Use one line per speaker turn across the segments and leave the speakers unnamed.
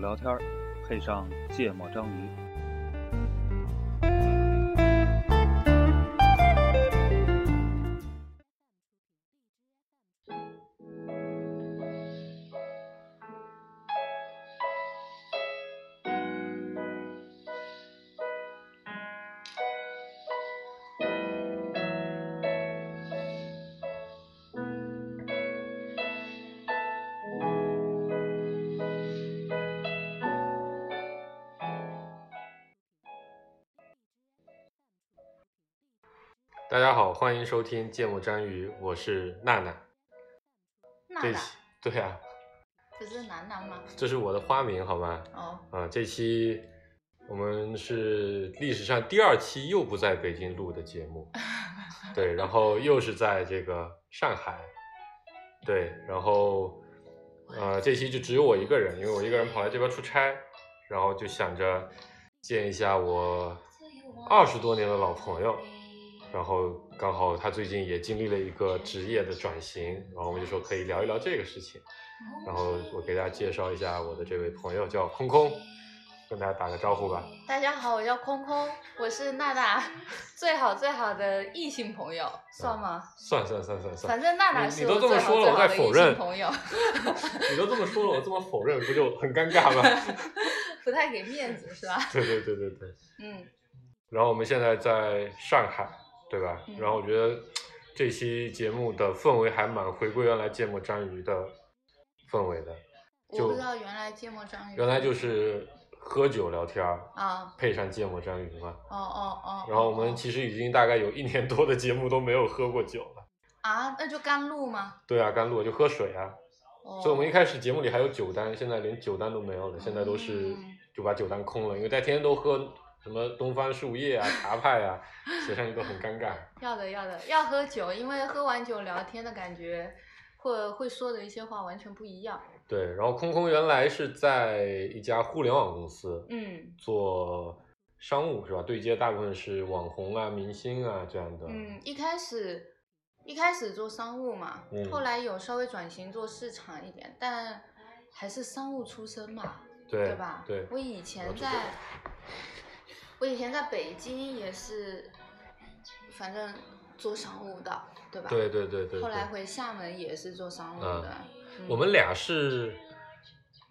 聊天，儿，配上芥末章鱼。
大家好，欢迎收听《芥末章鱼》，我是娜娜。
娜
这
娜
期对啊，
不是楠楠吗？
这是我的花名好吗？
哦，
啊，这期我们是历史上第二期又不在北京录的节 目，对，然后又是在这个上海，对，然后呃，这期就只有我一个人，因为我一个人跑来这边出差，然后就想着见一下我二十多年的老朋友，然后刚好他最近也经历了一个职业的转型，然后我们就说可以聊一聊这个事情。然后我给大家介绍一下我的这位朋友叫空空，跟大家打个招呼吧。
大家好，我叫空空，我是娜娜最好最好的异性朋友，算吗？
算算算嗯算算
反，正娜娜
你
是
你
我
都这
最
么
好
说
最
了，我
好
再
的
否
异
认
性朋友，
你都这么说了，我这么否认，不就很尴尬吗？
不太给面子是吧？
对对对对对。
嗯，
然后我们现在在上海，对吧？
嗯
然后我觉得这期节目的氛围还蛮回归原来芥末章鱼的氛围的，
我
就
不知道原来芥末章鱼，
原来就是喝酒聊天儿，
啊，
配上芥末章鱼嘛。
哦哦哦，
然后我们
哦
其实已经大概有一年多的节目都没有喝过酒了。
啊，那就甘露吗？
对啊，甘露就喝水啊。
哦
所以我们一开始节目里还有酒单，现在连酒单都没有了，现在都是
嗯
就把酒单空了，因为大家天天都喝什么东方树叶啊、 茶派啊，写上去都很尴尬。
要的要的要喝酒，因为喝完酒聊天的感觉，会会说的一些话完全不一样。
对，然后空空原来是在一家互联网公司
嗯
做商务是吧？对接大部分是网红啊、明星啊这样的。
嗯，一开始一开始做商务嘛，
嗯
后来有稍微转型做市场一点，但还是商务出身嘛，
对
吧？
对
我以
我
前
知
在
道，
我以前在北京也是，反正做商务的，对吧？
对对对对。
后来
对
回厦门也是做商务
嗯
的。嗯
我们俩是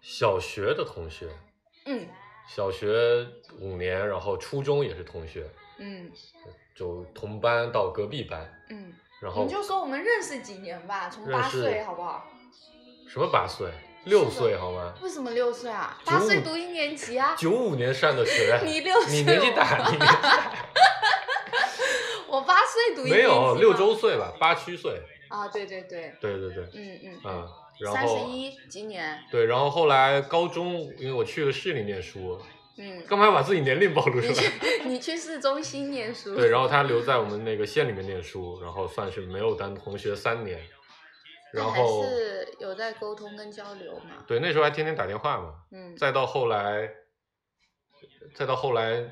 小学的同学，
嗯
小学五年，然后初中也是同学，
嗯
就同班到隔壁班，
嗯，
然
我
后
们就说我们认识几年吧，从
认
八
识
岁好不好？
什么八岁、六
的
岁好吗？
为什么六岁啊？
九五
八岁读一年级啊！
九五年上的学
，你六岁
你年纪大，你年纪 大
我八岁读一年级
没有
吗
六周岁吧，八七岁，
啊！对对对，
对对对，
嗯嗯，
嗯，然
三十
后
一今年，
对，然后后来高中，因为我去了市里念书，
嗯，
干嘛把自己年龄暴露
你
出来？
去你去市中心念书，
对，然后他留在我们那个县里面念书，然后算是没有当同学三年，然
那
后
还是有在沟通跟交流嘛，
对那时候还天天打电话嘛，
嗯
再到后来，再到后来，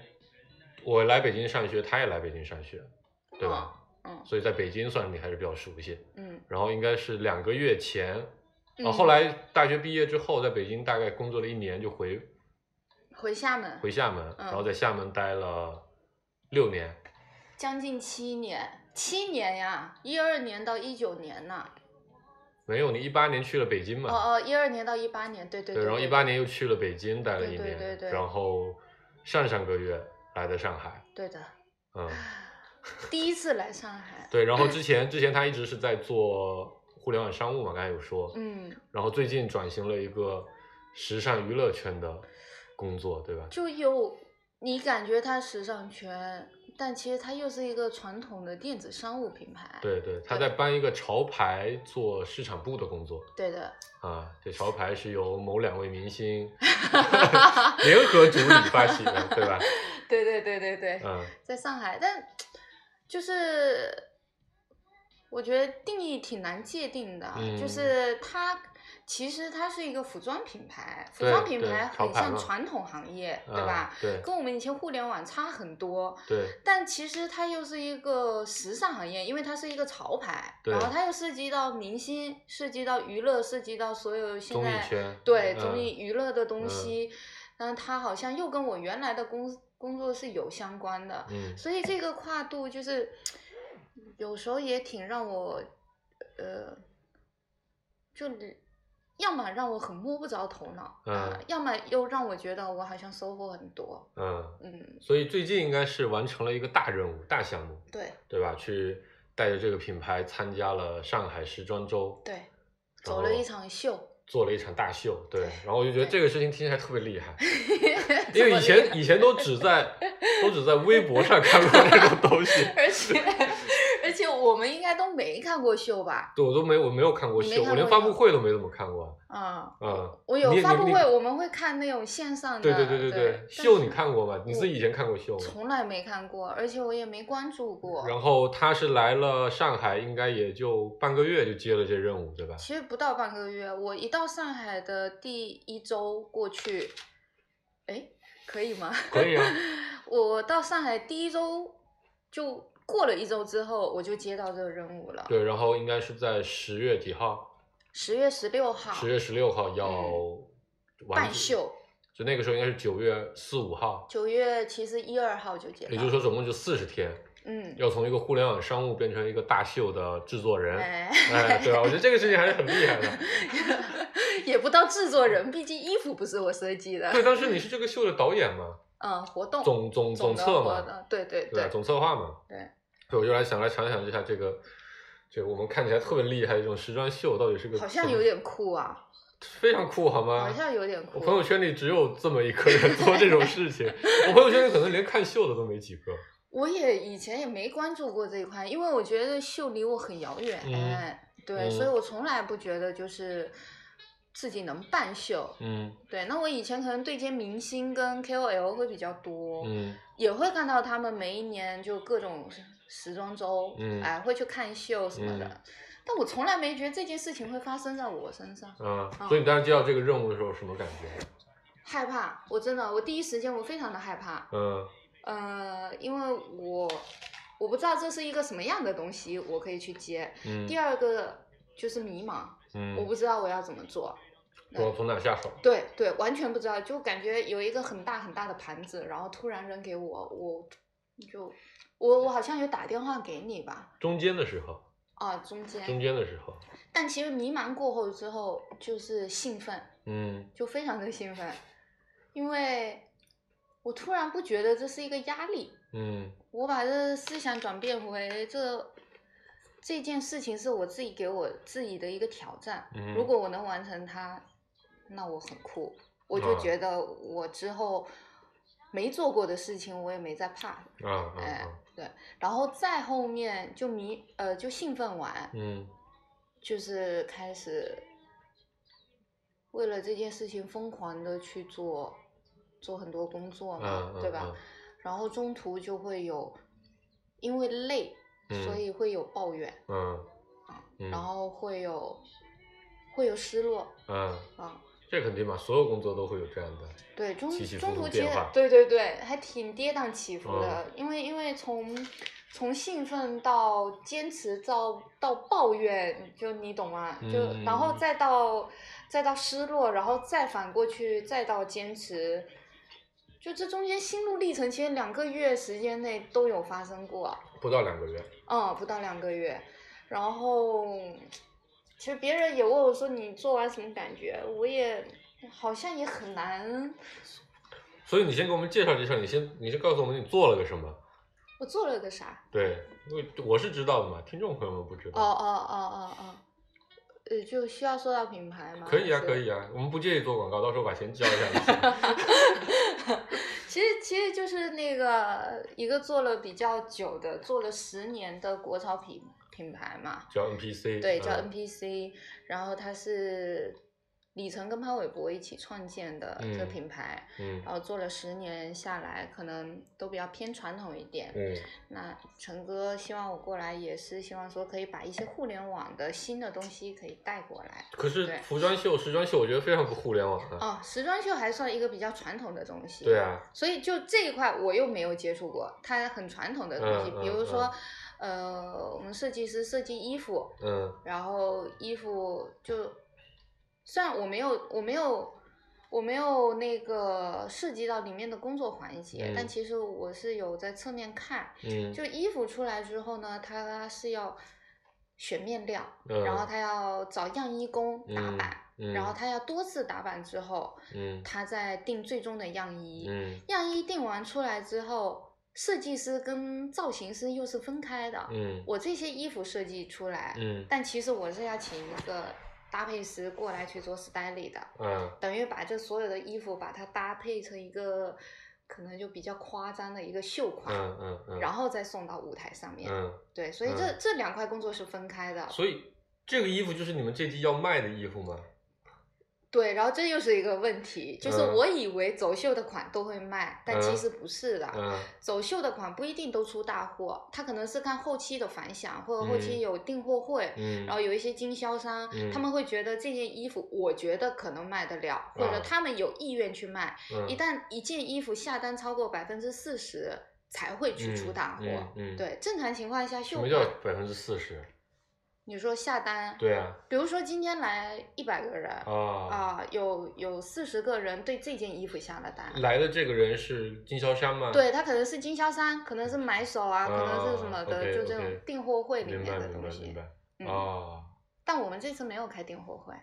我来北京上学，他也来北京上学，对吧？
嗯
所以在北京算你还是比较熟悉。
嗯
然后应该是两个月前，啊，
嗯，
后来大学毕业之后，在北京大概工作了一年，就回
回厦门，
回厦门，
嗯
然后在厦门待了六年，
将近七年，七年呀，一二年到一九年呐，
没有你一八年去了北京嘛，
哦哦，一二年到一八年，对对
然后一八，年又去了北京待了一
对对
年，
对对
然后上上个月来的上海，
对的，
嗯。
第一次来上海，
对，然后之前之前他一直是在做互联网商务嘛，刚才有说，
嗯，
然后最近转型了一个时尚娱乐圈的工作，对吧？
就有你感觉它时尚圈，但其实它又是一个传统的电子商务品牌。
对对，他在帮一个潮牌做市场部的工作
对的，
啊，这潮牌是由某两位明星 联合主理发起的，对吧？
对对对对对，
嗯，
在上海，但就是我觉得定义挺难界定的，
嗯
就是它其实它是一个服装品牌，服
对
装品
对
牌
潮
很
牌
像
嘛
传统行业，对
啊
吧？？
对
跟我们以前互联网差很多，
对
但其实它又是一个时尚行业，因为它是一个潮牌，
对
然后它又涉及到明星，涉及到娱乐，涉及到所有现
综艺
在
圈，
对
嗯
综艺娱乐的东西，嗯，它好像又跟我原来的工工作是有相关的，
嗯
所以这个跨度就是有时候也挺让我呃，就要么让我很摸不着头脑啊、
嗯
要么又让我觉得我好像收获很多，
嗯，
嗯，
所以最近应该是完成了一个大任务、大项目，
对
对吧？去带着这个品牌参加了上海时装周，
对，
然
走了一
后
场秀。
哦做了一场大秀，对
对。
然后我就觉得
对
这个事情听起来特别厉 害，因
因
为以前以前都只在都只在微博上看过这种东西，
而且 而且我们应该都没看过秀吧？
对我都没我没有看过
你没
秀，
看
我连
过
发
秀
布会都没怎么看过
啊、
啊。
我有
你也
发布
你
会，我们会看那种线上的，
对对
对
对对对，
但
秀
是
你看过吗？你自己以前看过秀吗？
从来没看过，而且我也没关注过。
然后他是来了上海，应该也就半个月就接了这任务，对吧？
其实不到半个月，我一到上海的第一周过去，哎，可以吗？
可以啊，
我到上海第一周就过了一周之后，我就接到这个任务了。
对，然后应该是在十月几号，
十月十六号，
十月十六号要完
办，嗯秀，
就那个时候应该是九月四五号，
九月其实一二号就接到。
也就是说，总共就四十天，
嗯，
要从一个互联网商务变成一个大秀的制作人，
哎，
哎，对吧？我觉得这个事情还是很厉害的。
也不到制作人，毕竟衣服不是我设计的。
对，当时你是这个秀的导演嘛，
嗯，活动
总总
总的
策
活
嘛，
动，对对
对吧，啊总策划嘛。
对。
对，我就来想来想想一下这个，这个我们看起来特别厉害的这种时装秀到底是个
好像
什么
有点酷啊，
非常酷好吗？
好像有点
啊我
酷。
朋友圈里只有这么一个人做这种事 情，我朋友圈里可能连看秀的都没几个。
我也以前也没关注过这一块，因为我觉得秀离我很遥远，
嗯
哎对，
嗯
所以我从来不觉得就是自己能办秀。
嗯
对，那我以前可能对接明星跟 KOL 会比较多，
嗯
也会看到他们每一年就各种时装周，
嗯
哎，会去看秀什么的，
嗯
但我从来没觉得这件事情会发生在我身上。
啊
哦，
所以你当时接到这个任务的时候什么感觉？
害怕，我真的，我第一时间我非常的害怕，
嗯
呃，因为我我不知道这是一个什么样的东西，我可以去接。
嗯
第二个就是迷茫，我
嗯，
不知道我要怎么做。嗯
我从哪下手？
对对，完全不知道，就感觉有一个很大很大的盘子，然后突然扔给我，我就我我好像有打电话给你吧，
中间的时候，
啊，中
中
间。
间的时候，
但其实迷茫过后之后，就是兴奋，
嗯
就非常的兴奋，因为我突然不觉得这是一个压力，
嗯
我把这思想转变为这这件事情是我自己给我自己的一个挑战。
嗯。
如果我能完成它，那我很酷。我就
啊
觉得我之后没做过的事情，我也没在怕。
啊啊
哎
啊，
然后再后面就迷呃就兴奋完，
嗯
就是开始为了这件事情疯狂的去做做很多工作
嗯
嘛，
嗯
对吧？
嗯
然后中途就会有，因为累，
嗯
所以会有抱怨，
嗯嗯，
然后会有会有失落
嗯，
啊。
这肯定嘛，所有工作都会有这样的。
对，中
起起伏
中
伏
途
变
阶
化嗯
对对对，还挺跌宕起伏的，因为因为从从兴奋到坚持到到抱怨，就你懂吗？就、
嗯
然后再到再到失落，然后再反过去，再到坚持，就这中间心路历程，其实两个月时间内都有发生过。
不到两个月，
嗯，不到两个月。然后，其实别人也问我说你做完什么感觉，我也好像也很难。
所以你先给我们介绍介绍，你先你先告诉我们你做了个什么？
我做了个啥？
对，因为我是知道的嘛，听众朋友们不知
哦
道。
哦哦哦哦，呃，就需要说到品牌吗？
可以啊，
还是
可。以啊，我们不介意做广告，到时候把钱交一下就行。 啊
其实其实就是那个一个做了比较久的，做了十年的国潮品品牌嘛，
叫 NPC，
对，叫
嗯
NPC，、然后它是李晨跟潘玮柏一起创建的这个
嗯
品牌，
嗯
然后做了十年下来，可能都比较偏传统一点。
嗯
那陈哥希望我过来，也是希望说可以把一些互联网的新的东西可以带过来。
可是
对
服装秀、时装秀，我觉得非常不互联网啊。
哦，时装秀还算一个比较传统的东西。
对啊，
所以就这一块我又没有接触过，它很传统的东西，
嗯嗯
比如说，呃，我们设计师设计衣服，
嗯
然后衣服就，虽然我没有我没有我没有那个涉及到里面的工作环节，
嗯
但其实我是有在侧面看，
嗯
就衣服出来之后呢，它是要选面料，
嗯，
然后它要找样衣工打版，
嗯，
然后它要多次打版之后。
嗯
他在定最终的样衣。
嗯
样衣定完出来之后，设计师跟造型师又是分开的。
嗯
我这些衣服设计出来，
嗯
但其实我是要请一个搭配师过来去做 styling 的，
嗯
等于把这所有的衣服把它搭配成一个可能就比较夸张的一个秀款。
嗯嗯嗯，
然
后
后再送到舞台上面，
嗯，
对，所以这、
嗯
这两块工作是分开的，
所以这个衣服就是你们这季要卖的衣服吗？
对，然后这又是一个问题，就是
嗯
我以为走秀的款都会卖，但其
嗯
实不是的，
嗯
走秀的款不一定都出大货，它可能是看后期的反响，或者后期
嗯
有订货会，
嗯，
然后有一些经销商，
嗯
他们会觉得这件衣服我觉得可能卖得了，或者
啊
他们有意愿去卖。
嗯
一旦一件衣服下单超过百分之四十，才会去出大货。
嗯嗯，嗯，
对，正常情况下
什
秀
么
款，
叫百分之四十？
你说下单，
对啊
比如说今天来一百个人。
啊，
啊，有有四十个人对这件衣服下了单，
来的这个人是经销商吗？哦
对，他可能是经销商，可能是买手啊，可能是什么的，
啊，OK，
就这种
OK
订货会里
明
面
白
的
明白
东西
明。白
嗯，
啊
但我们这次没有开订货会，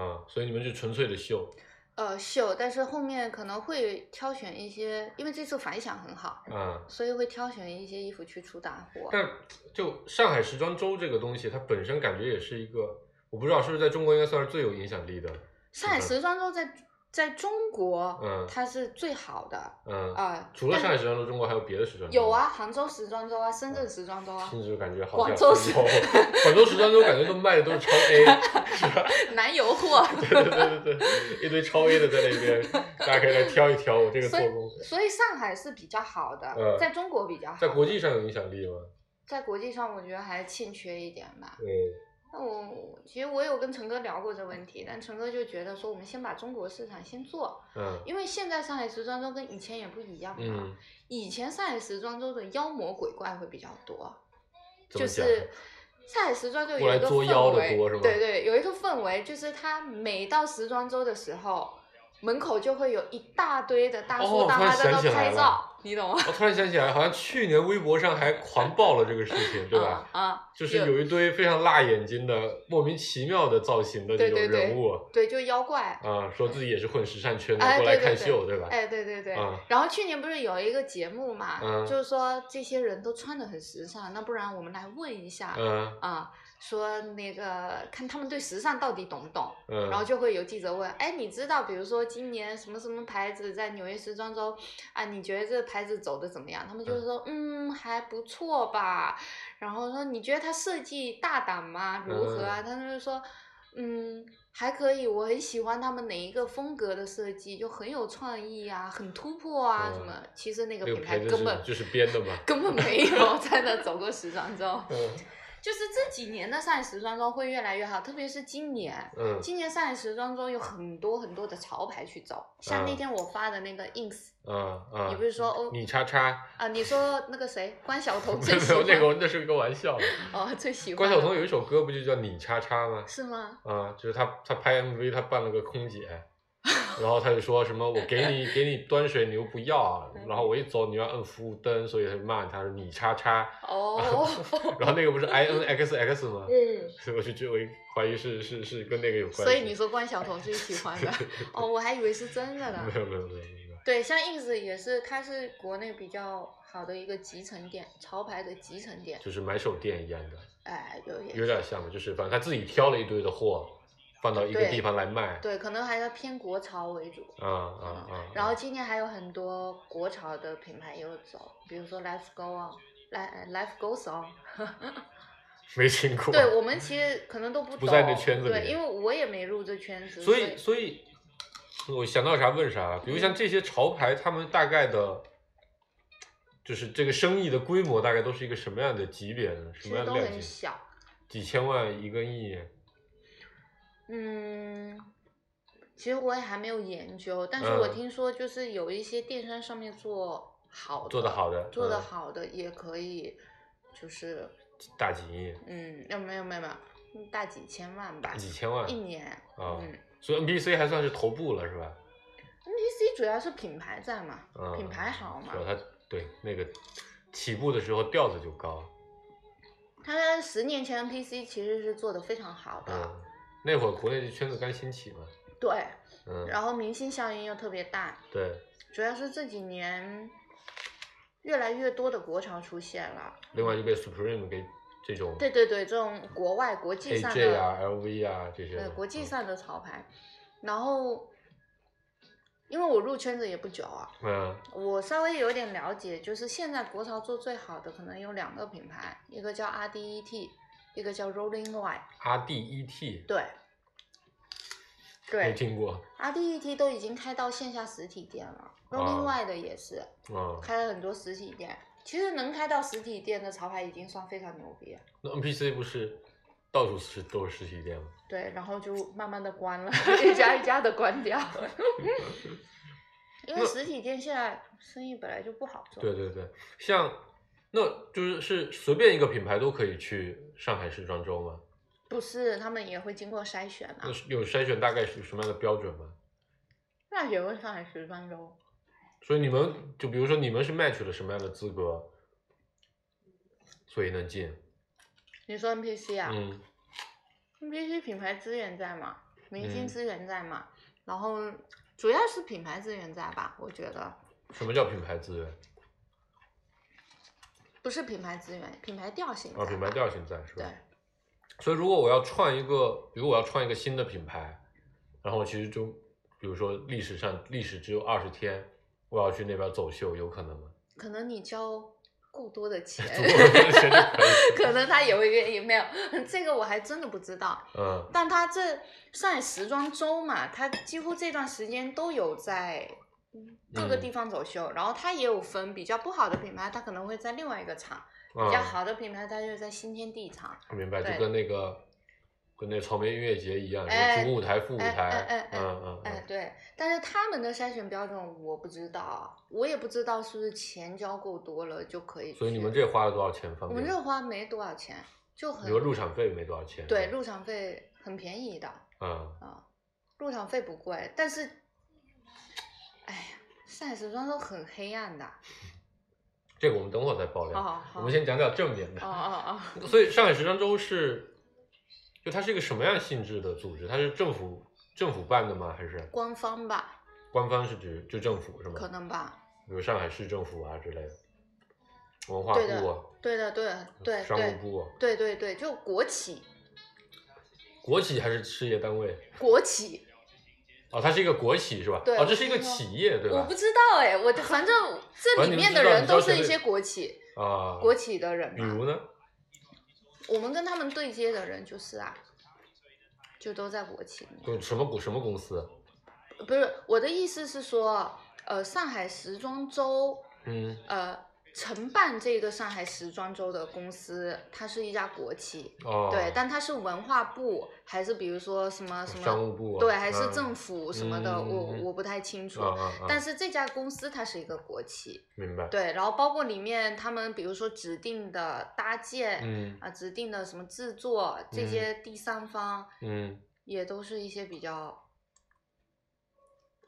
啊，所以你们就纯粹的秀，
呃，秀，但是后面可能会挑选一些，因为这次反响很好，
嗯，
所以会挑选一些衣服去出大货。
但就上海时装周这个东西，它本身感觉也是一个，我不知道是不是在中国应该算是最有影响力的，
上海
是
时装周在在中国，
嗯
它是最好的啊、
嗯，
呃
除了
但
上海时装周，中国还有别的时装周
有啊，，杭州时装周啊，深圳时装周啊，
甚至感觉好像
广州时
有广州时装周感觉都卖的都是超 A，是 吧？
南油货。
对对对对对，一堆超 A 的在那边，大家可以来挑一挑我这个
所
做
以
工，，
所以上海是比较好的，
嗯
在中国比较好，
在国际上有影响力吗？
在国际上我觉得还欠缺一点吧。
嗯
那我其实我有跟陈哥聊过这问题，但陈哥就觉得说我们先把中国市场先做，
嗯
因为现在上海时装周跟以前也不一样嘛。
嗯，
以前上海时装周的妖魔鬼怪会比较多，
怎
就
么讲？
是上海时装周有
过来
一个
作妖
氛
的
围，
多是吧
对对，有一个氛围，就是他每到时装周的时候，门口就会有一大堆的大
哦
叔大
突然
妈在
想
那
起来
拍
了
照，你懂吗？
我哦突然想起来，好像去年微博上还狂爆了这个事情，对吧？
啊啊，
就是有一堆非常辣眼睛的、莫名其妙的造型的这种
对对对
人物
对，就妖怪，
啊，说自己也是混时尚圈的，
哎
过来
对对
看
对
秀，对吧？
哎，对对对，
嗯
然后去年不是有一个节目嘛，
嗯
就是说这些人都穿的很时尚，那不然我们来问一下啊、
嗯
说那个看他们对时尚到底懂不懂？
嗯，
然后就会有记者问，哎，你知道比如说今年什么什么牌子在纽约时装周啊？你觉得这牌子走的怎么样？他们就是说，嗯，还不错吧。然后说你觉得它设计大胆吗？如何啊？他就是说，嗯，还可以，我很喜欢他们哪一个风格的设计，就很有创意啊，很突破啊、
嗯
什么。其实那个
这
品
个
牌
牌子
根本
是就是编的嘛
根本没有在那走过时装周。
嗯
就是这几年的上海时装周会越来越好，特别是今年。
嗯
今年上海时装周有很多很多的潮牌去走，像那
嗯
天我发的那个 ins，、
嗯嗯，
你不是说哦
你叉叉？
啊，你说那个谁关晓彤
没
最
有
喜
没有，
欢
那个那是一个玩笑。
哦，最喜欢
关晓彤
的
有一首歌不就叫你叉叉吗？
是吗？
啊，就是他他拍 MV，他扮了个空 姐，然后他就说什么我给你给你端水你又不要，啊然后我一走你要摁服务灯，所以他就骂他说你叉叉，
哦，
然后那个不是 I N X X 吗？
嗯，
所以我就觉得我一怀疑是是是跟那个有关系。
所以你说关晓彤最喜 欢的哦，我还以为是真的呢
没。有没有没有没有，
对，像 ins 也是，它是国内比较好的一个集成点，潮牌的集成点，
就是买手店一样的，
哎，有
有
点
点像嘛，就是反正他自己挑了一堆的货，放到一个
对
地方来卖。
对，可能还是偏国潮为主。
啊啊啊！
然后今年还有很多国潮的呃 品牌也有走，比如说 Life Go On，Life Life Goes On，
没听过。
对我们其实可能都不
不
懂，
在那圈子里
对，因为我也没入这圈子，
所以
以
所以我想到啥问啥，比如像这些潮牌，他们大概的，就是这个生意的规模大概都是一个什么样的级别呢？什
其
么
实
样的
都
量级
很？小。
几千万、一个亿？
嗯，其实我也还没有研究，但是我
嗯
听说就是有一些电商上面做好的，
做得好的
做
嗯
得好的也可以，就是
大几亿，
嗯，要没有没有没有，嗯大几千万吧，
几千万
一年。
啊、
嗯
所以 NBC 还算是头部了，是吧？
，NBC 主要是品牌在嘛，
嗯，
品牌好嘛
主，要它对那个起步的时候调子就高，
它十年前 NPC 其实是做的非常好的，
嗯，那会儿国内这圈子刚兴起嘛，
对，
嗯，
然后明星效应又特别大，
对，
主要是这几年越来越多的国潮出现了。
另外就被 Supreme 给这种
对对对，这种国外国际上
AJ
的
啊、LV 啊这些
对
的，
国际
嗯
上的潮牌，然后因为我入圈子也不久啊，
嗯，
我稍微有点了解，就是现在国潮做最好的可能有两个品牌，一个叫 RDET，一个叫 Rolling Y。
R D E T
对，
没
对
听过，
，RDET 都已经开到线下实体店了，Rolling
哦
Y 的也是
嗯，
开了很多实体店。其实能开到实体店的潮牌已经算非常牛逼了。
那 N P C 不是到处是都是实体店吗？
对，然后就慢慢的关了，一家一家的关掉。 因为实体店现在生意本来就不好做。
对对对，像那就是是随便一个品牌都可以去上海时装周
啊
吗？
不是，他们也会经过筛选啊
那。是有筛选大概是什么样的标准吗？
那也会上海时装周，
所以你们就比如说你们是 match 了什么样的资格，所以能进？
你说 NPC 啊、
嗯
n p c 品牌资源在嘛，明
嗯
星资源在嘛，然后主要是品牌资源在吧，我觉得
什么叫品牌资源？
不是品牌资源，品牌调性在吧。
啊，品牌调性在是吧？
对，
所以如果我要创一个，比如我要创一个新的品牌，然后其实就比如说历史上历史只有二十天，我要去那边走秀，有可能吗？
可能你交够多的钱，
足够的钱就可以。
可能他也会愿意。没有，这个我还真的不知道。
嗯，
但他这上海时装周嘛，他几乎这段时间都有在各
嗯
个地方走秀，然后他也有分比较不好的品牌，他可能会在另外一个场；比较
嗯
好的品牌，他就在新天地场。
明白，就
对
跟那个跟那草莓音乐节一样，
哎
有主舞台、副舞
哎哎
台
哎，哎
嗯嗯
哎
嗯，，
对，但是他们的筛选标准我不知道，我也不知道是不是钱交够多了就可以去。
所以你们这花了多少钱？方
我
便
们？这花没多少钱，就很
比如入场费没多少钱？
对入场费很便宜的。
嗯，
啊，入场费不贵，但是，哎呀，上海时装周很黑暗的。
这个我们等会儿再爆
好
料。
好好，
我们先讲讲正面的
哦。哦
所以上海时装周是，就它是一个什么样性质的组织？它是政府政府办的吗？还是
哦，官方吧，
官方是指就政府是吗？
可能吧。
比如上海市政府啊之类的，文化
对
部啊
的，对的，对的对
商务
对
部啊，
对对对，就国企，
国企还是事业单位？
国企，
哦，它是一个国企是吧？
对
哦，这是一个
我听说
企业对
我
吧
不？知道哎，我就反 正这
反正你们
里面
知
的
道
人
你知道
都是
谁
一
是
些国企，
啊，
国企的人
比
嘛。
如呢？
我们跟他们对接的人就是啊，就都在国企里面。
就什么股什么公司？
不是我的意思是说，呃，上海时装周
嗯
呃，承办这个上海时装周的公司，它是一家国企，
哦，
对，但它是文化部还是比如说什么什么
商务部啊
对，还是
嗯
政府什么的，
嗯
我
嗯嗯
我不太清楚。
啊啊啊！
但是这家公司它是一个国企，
明白，
对，然后包括里面他们比如说指定的搭建啊、
嗯
指定的什么制作这些第三方，
嗯，
也都是一些比较，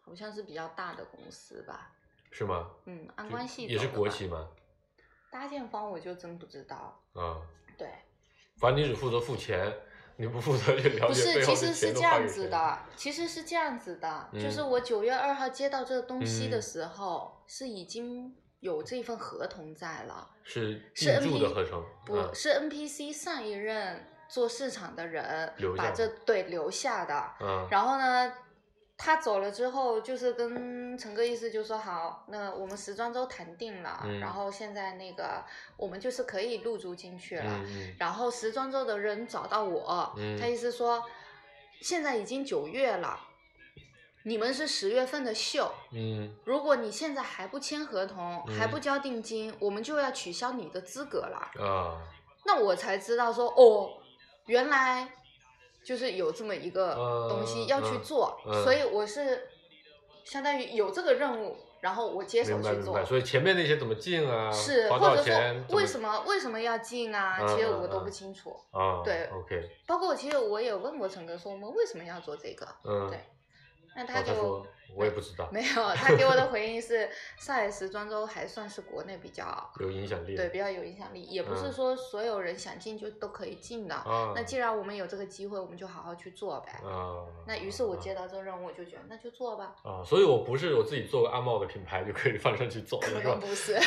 好像是比较大的公司吧，
是吗？
嗯，按
就
关系
也是
走的
国
吧
企吗？
搭建方我就真不知道，
啊。
对，
反正你只负责付钱，你不负责去了
不
解背
是，
后
其
的
实
钱
是这
都花
样
给
子
谁。
的，其实是这样子的，
嗯
就是我九月二号接到这个东西的
嗯
时候，是已经有这份合同在了，
是
是
进驻
NP
的合成，
不、
啊
是 NPC 上一任做市场的人
留下
把
的
这对留下的，
啊
然后呢，他走了之后，就是跟陈哥意思就说好，那我们时装周谈定了，
嗯
然后现在那个我们就是可以入驻进去了。
嗯嗯
然后时装周的人找到我，
嗯
他意思说现在已经九月了，你们是十月份的秀，
嗯
如果你现在还不签合同，还
嗯
不交定金，我们就要取消你的资格了。
啊
那我才知道说哦，原来就是有这么一个东西
嗯
要去做，
嗯嗯
所以我是相当于有这个任务，然后我接手
明白
去
明
做
白，。所以前面那些怎么进啊，
是，
花
或
多
者
少钱
说，为什
么
么为什么要进啊？
嗯
其实
嗯
我都
嗯
不清楚。
啊？
对
，OK，
包括其实我也问过陈哥说我们为什么要做这个，
嗯，
对那
然
他
后哦他
就
说我也不知道，
没有，他给我的回应是上海时装周还算是国内比较
有影响力，
对比较有影响力，也不是
嗯
说所有人想进就都可以进的。
啊，
那既然我们有这个机会，我们就好好去做呗。
啊，
那于是我
啊
接到这个任务，我就觉得那就做吧，
啊，所以我不是我自己做个安茂的品牌就可以放上去走了，
可
是
能
吧？
不是，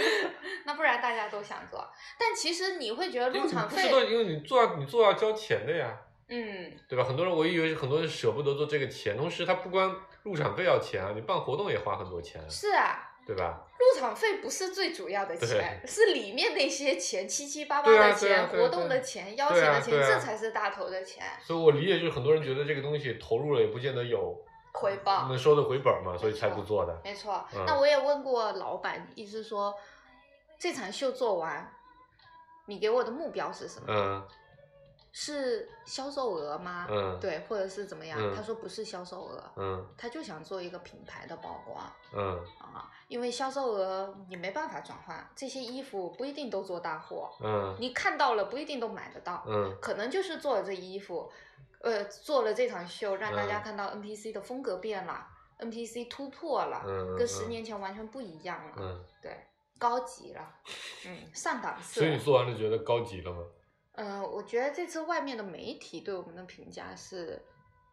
那不然大家都想做。但其实你会觉得
因为
入
你
场
不是都
费，
因为你做要你做要交钱的呀，
嗯，
对吧？很多人我以为是很多人舍不得做这个钱，同时他不光入场费要钱啊，你办活动也花很多钱啊，
是啊，
对吧？
入场费不是最主要的
对
钱，是里面那些钱，七七八八
对啊
的
对啊
钱、
对啊
活动
对啊
的钱、邀
对
请
啊
的钱，
对啊
这才是大头的钱，
所以我理解就是很多人觉得这个东西投入了也不见得有
回报。
能收的回本儿嘛，所以才不做的。
没错，
嗯
那我也问过老板，意思说这场秀做完，你给我的目标是什么？
嗯
是销售额吗？
嗯，
对，或者是怎么样？
嗯
他说不是销售额，
嗯
他就想做一个品牌的曝光
嗯
啊，因为销售额你没办法转换，这些衣服不一定都做大货，
嗯
你看到了不一定都买得到，
嗯
可能就是做了这衣服，呃，做了这场秀，让大家
嗯
看到 NPC 的风格变了，NPC 突破了，
嗯，
跟十
嗯
年前完全不一样了。
嗯，
对，高级了，嗯，上档次
所以你
了。
做完了觉得高级了吗？
呃，我觉得这次外面的媒体对我们的评价是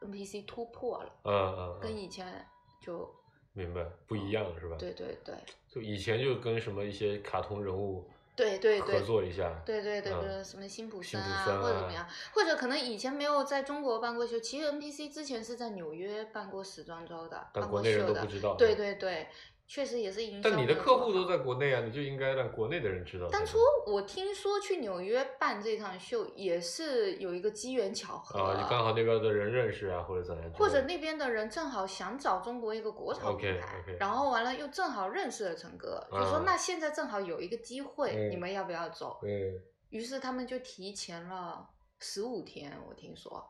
NPC 突破了，
嗯嗯，
跟
嗯
以前就
明白不一样是吧？
对对对
就以前就跟什么一些卡通人物
对对
合
对。
作一下，
对对对，
嗯
比如什么辛普
辛
森
普
啊，
森
或者怎么
啊
样，或者可能以前没有在中国办过秀，其实 NPC 之前是在纽约办过时装周的，
但
办
国
过
内人
秀
都不
的，
知道。
对。对对，确实也是营销。
但你的客户都在国内啊，你就应该让国内的人知道才对。
当初我听说去纽约办这场秀也是有一个机缘巧合，
啊，你刚好那边的人认识啊，或者怎样之类的？
或者那边的人正好想找中国一个国潮品牌
OK，OK
然后完了又正好认识了陈哥，就说
嗯
那现在正好有一个机会，
嗯
你们要不要走？
嗯
于是他们就提前了十五天，我听说。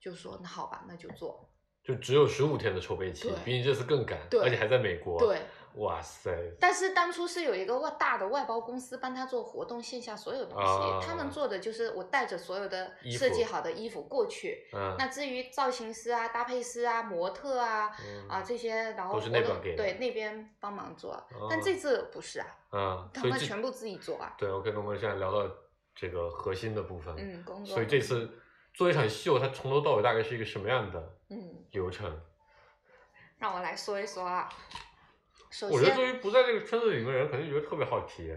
就说那好吧，那就做。
就只有十五天的筹备期
对，
比你这次更赶，
对
而且还在美国。，
对，
哇塞，
但是当初是有一个外大的外包公司帮他做活动线下所有东西，
啊
他们做的就是我带着所有的
衣服
设计好的衣服过去，
嗯，
那至于造型师啊、搭配师啊、模特啊
嗯
啊这些，然后
都是
活
那边
动
给的
对那边帮忙做啊
哦，
但这次不是啊，
嗯，
他
所以
们
这
全部自己做啊。
对，OK，那我们现在聊到这个核心的部分。，
嗯，工作。
所以这次做一场秀，它从头到尾大概是一个什么样的
嗯，
流程？
让我来说一说啊。首
我觉得
先，
对于不在这个圈子里面的人，肯定觉得特别好奇。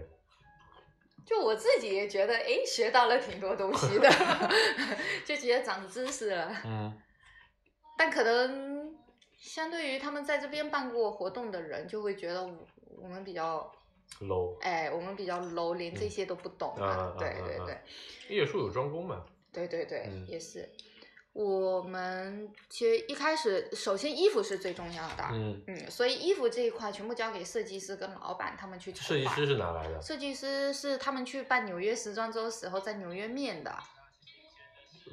就我自己也觉得，哎，学到了挺多东 西的，就觉得长知识了。
嗯
但可能相对于他们在这边办过活动的人，就会觉得我我们比较，
，low，
哎，我们比较 low，连这些都不懂啊。
嗯嗯啊啊
对
啊
对
啊
对。
业术有专攻嘛。
对对对，
嗯
也是。我们其实一开始，首先衣服是最重要的，
嗯，
嗯，所以衣服这一块全部交给设计师跟老板他们去筹划。
设计师是哪来的？
设计师是他们去办纽约时装周时候在纽约面的，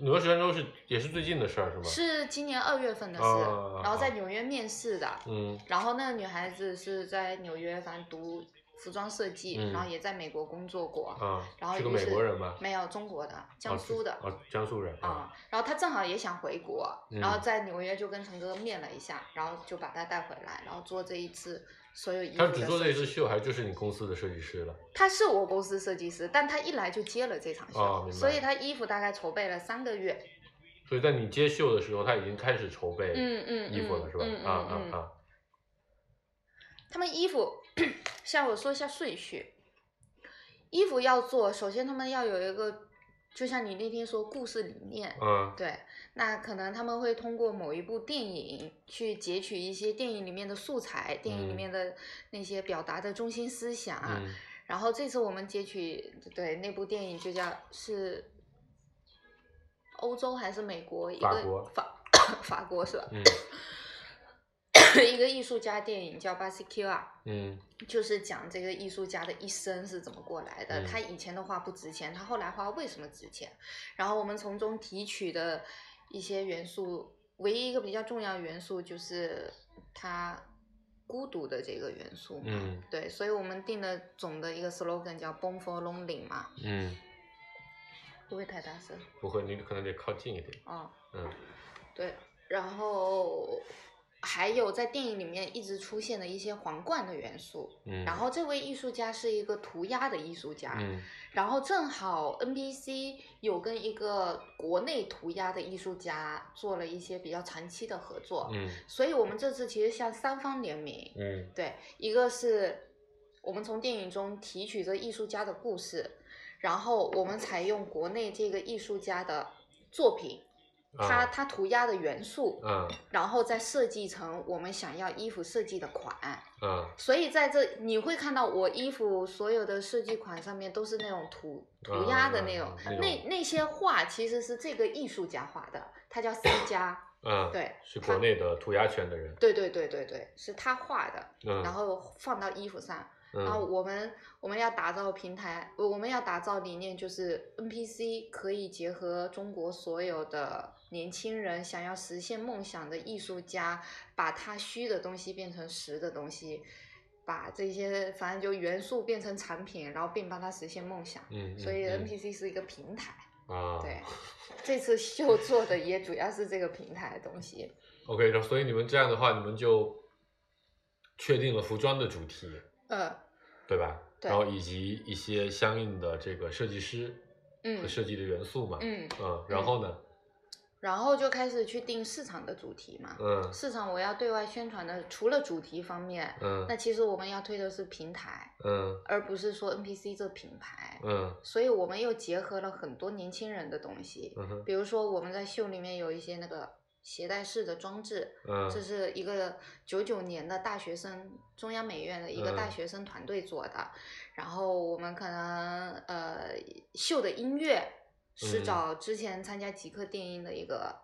纽约时装周是也是最近的事儿是吗？
是今年二月份的事，
啊
然后在
啊
纽约面试的，
嗯
然后那个女孩子是在纽约反正读服装设计，
嗯
然后也在美国工作过，
啊，
然后
是个
于
美
是
国人吧？
没有中国的，江
啊
苏的，
哦，江苏人
啊、然后他正好也想回国，
嗯
然后在纽约就跟陈哥面了一下，然后就把他带回来，然后做这一次所有衣服
他
的
只做这
设
一次
计。
秀，还就是你公司的设计师了？
他是我公司设计师，但他一来就接了这场秀，
哦明白
所以他衣服大概筹备了三个月。
所以在你接秀的时候，他已经开始筹备
嗯嗯，
衣服了，
嗯
是吧？
嗯
啊
嗯嗯
啊啊！
他们衣服，先让我说一下顺序。衣服要做，首先他们要有一个就像你那天说故事理念，
嗯
对，那可能他们会通过某一部电影去截取一些电影里面的素材，电影里
嗯
面的那些表达的中心思想啊。
嗯
然后这次我们截取对那部电影就叫是欧洲还是美国一个
法国
法 法国是吧？
嗯
一个艺术家电影叫《巴西 Q》啊。
嗯
就是讲这个艺术家的一生是怎么过来的。
嗯
他以前的画不值钱，他后来画为什么值钱？然后我们从中提取的一些元素，唯一一个比较重要的元素就是他孤独的这个元素嘛。
嗯
对，所以我们定的总的一个 slogan 叫 “Born for Lonely” 嘛，
嗯，
不会太大声
不会，你可能得靠近一点。
哦。
嗯
对，然后还有在电影里面一直出现的一些皇冠的元素。
嗯，
然后这位艺术家是一个涂鸦的艺术家，
嗯
然后正好 NBC 有跟一个国内涂鸦的艺术家做了一些比较长期的合作，
嗯
所以我们这次其实像三方联名，
嗯
对，一个是我们从电影中提取这艺术家的故事，然后我们采用国内这个艺术家的作品，他
啊
他涂鸦的元素，
嗯
然后再设计成我们想要衣服设计的款。
嗯
所以在这你会看到我衣服所有的设计款上面都是那种涂涂鸦的那
嗯
种，
嗯嗯那
那那些画其实是这个艺术家画的，他叫 C 加，
嗯，，
对
是国内的涂鸦圈的人。
对对对对对，是他画的，
嗯，
然后放到衣服上。
嗯
然后我们我们要打造平台，我们要打造理念就是 NPC 可以结合中国所有的年轻人想要实现梦想的艺术家，把他虚的东西变成实的东西，把这些反正就元素变成产品，然后并帮他实现梦想。
嗯，嗯
所以
嗯
NPC 是一个平台，
啊，
对，这次秀做的也主要是这个平台的东西。
，OK，然后所以你们这样的话，你们就确定了服装的主题，
呃，
对吧？
对
然后以及一些相应的这个设计师和
嗯
设计的元素嘛，
嗯，
嗯，然后呢，
然后就开始去定市场的主题嘛。
嗯
市场我要对外宣传的，除了主题方面，那
嗯
其实我们要推的是平台，
嗯
而不是说 NPC 这品牌。
嗯
所以我们又结合了很多年轻人的东西，
嗯哼
比如说我们在秀里面有一些那个携带式的装置，这
嗯
是一个九九年的大学生，中央美院的一个
嗯
大学生团队做的。然后我们可能呃秀的音乐是
嗯
找之前参加极客电音的一个、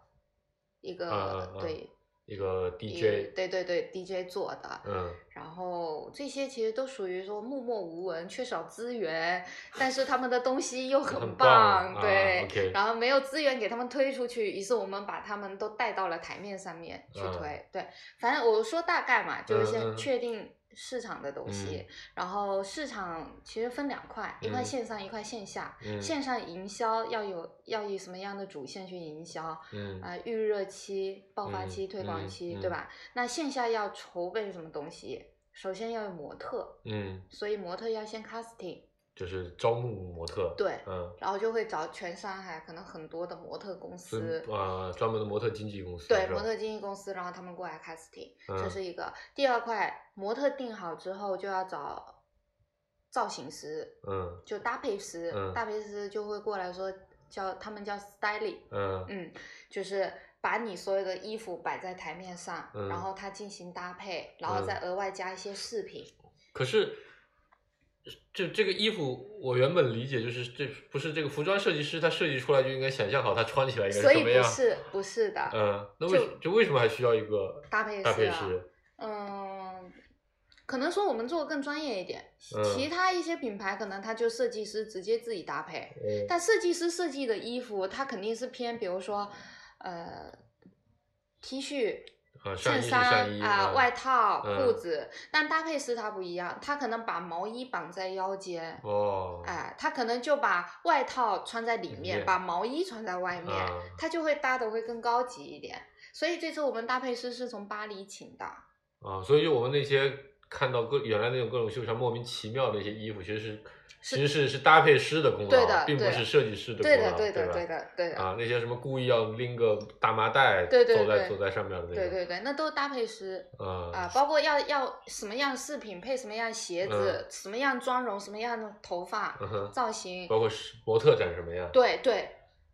一个、
啊啊啊
对
一个
一
DJ，
对对对 DJ 做的。
嗯
然后这些其实都属于说默默无闻，缺少资源，但是他们的东西 又
很
棒，
棒
对、
啊，OK
然后没有资源给他们推出去，于是我们把他们都带到了台面上面去
嗯
推。对，反正我说大概嘛，
嗯
就是
嗯
先
嗯
确定市场的东西，然后市场其实分两块，一块
嗯
线上，一块线下。
嗯
线上营销要有要以什么样的主线去营销？
嗯
啊，预热期、爆发
嗯
期、推广
嗯
期，
嗯
对吧？那线下要筹备什么东西？首先要有模特，
嗯，
所以模特要先 casting，
就是招募模特，
对
嗯，
然后就会找全上海可能很多的模特公
所以
司，
呃，专门的模特经纪公司，是
对
吧
模特经纪公司，然后他们过来 casting，这
嗯
是一个。第二块，模特定好之后就要找造型师，
嗯
就搭配师，
嗯
搭配师就会过来说叫他们叫 styling，
嗯
嗯，就是把你所有的衣服摆在台面上，
嗯
然后它进行搭配，然后再额外加一些饰品。
可是，就这个衣服，我原本理解就是这不是这个服装设计师他设计出来就应该想象好他穿起来应该
所
是什
以
么样
不。是不是的，
嗯，那为什就为什么还需要一个
搭配
搭配
啊
师？
嗯，可能说我们做的更专业一点，
嗯
其他一些品牌可能它就设计师直接自己搭配，
嗯
但设计师设计的衣服，它肯定是偏比如说，呃，T 恤、
呃，上
衬
衣是
衫
上衣
啊、
嗯
外套、
嗯
裤子，但搭配师他不一样，他可能把毛衣绑在腰间，
哦，
哎，他可能就把外套穿在里
里
面，
面
把毛衣穿在外面，
啊
他就会搭的会更高级一点。所以这次我们搭配师是从巴黎请的，
啊，所以就我们那些看到各原来那种各种秀上莫名其妙的一些衣服，其实是其实是是搭配师的功劳，
对的
并不
对的
是设计师的功
对
劳，
的，对的，
啊吧？
对的，对的，
啊，那些什么故意要拎个大麻袋，
对对
坐在
对
坐在上面的那种，
对对对，那都是搭配师
啊、
啊，包括要要什么样饰品配什么样鞋子
嗯，
什么样妆容，什么样的头发
嗯哼，
造型，
包括是模特长什么样，
对对，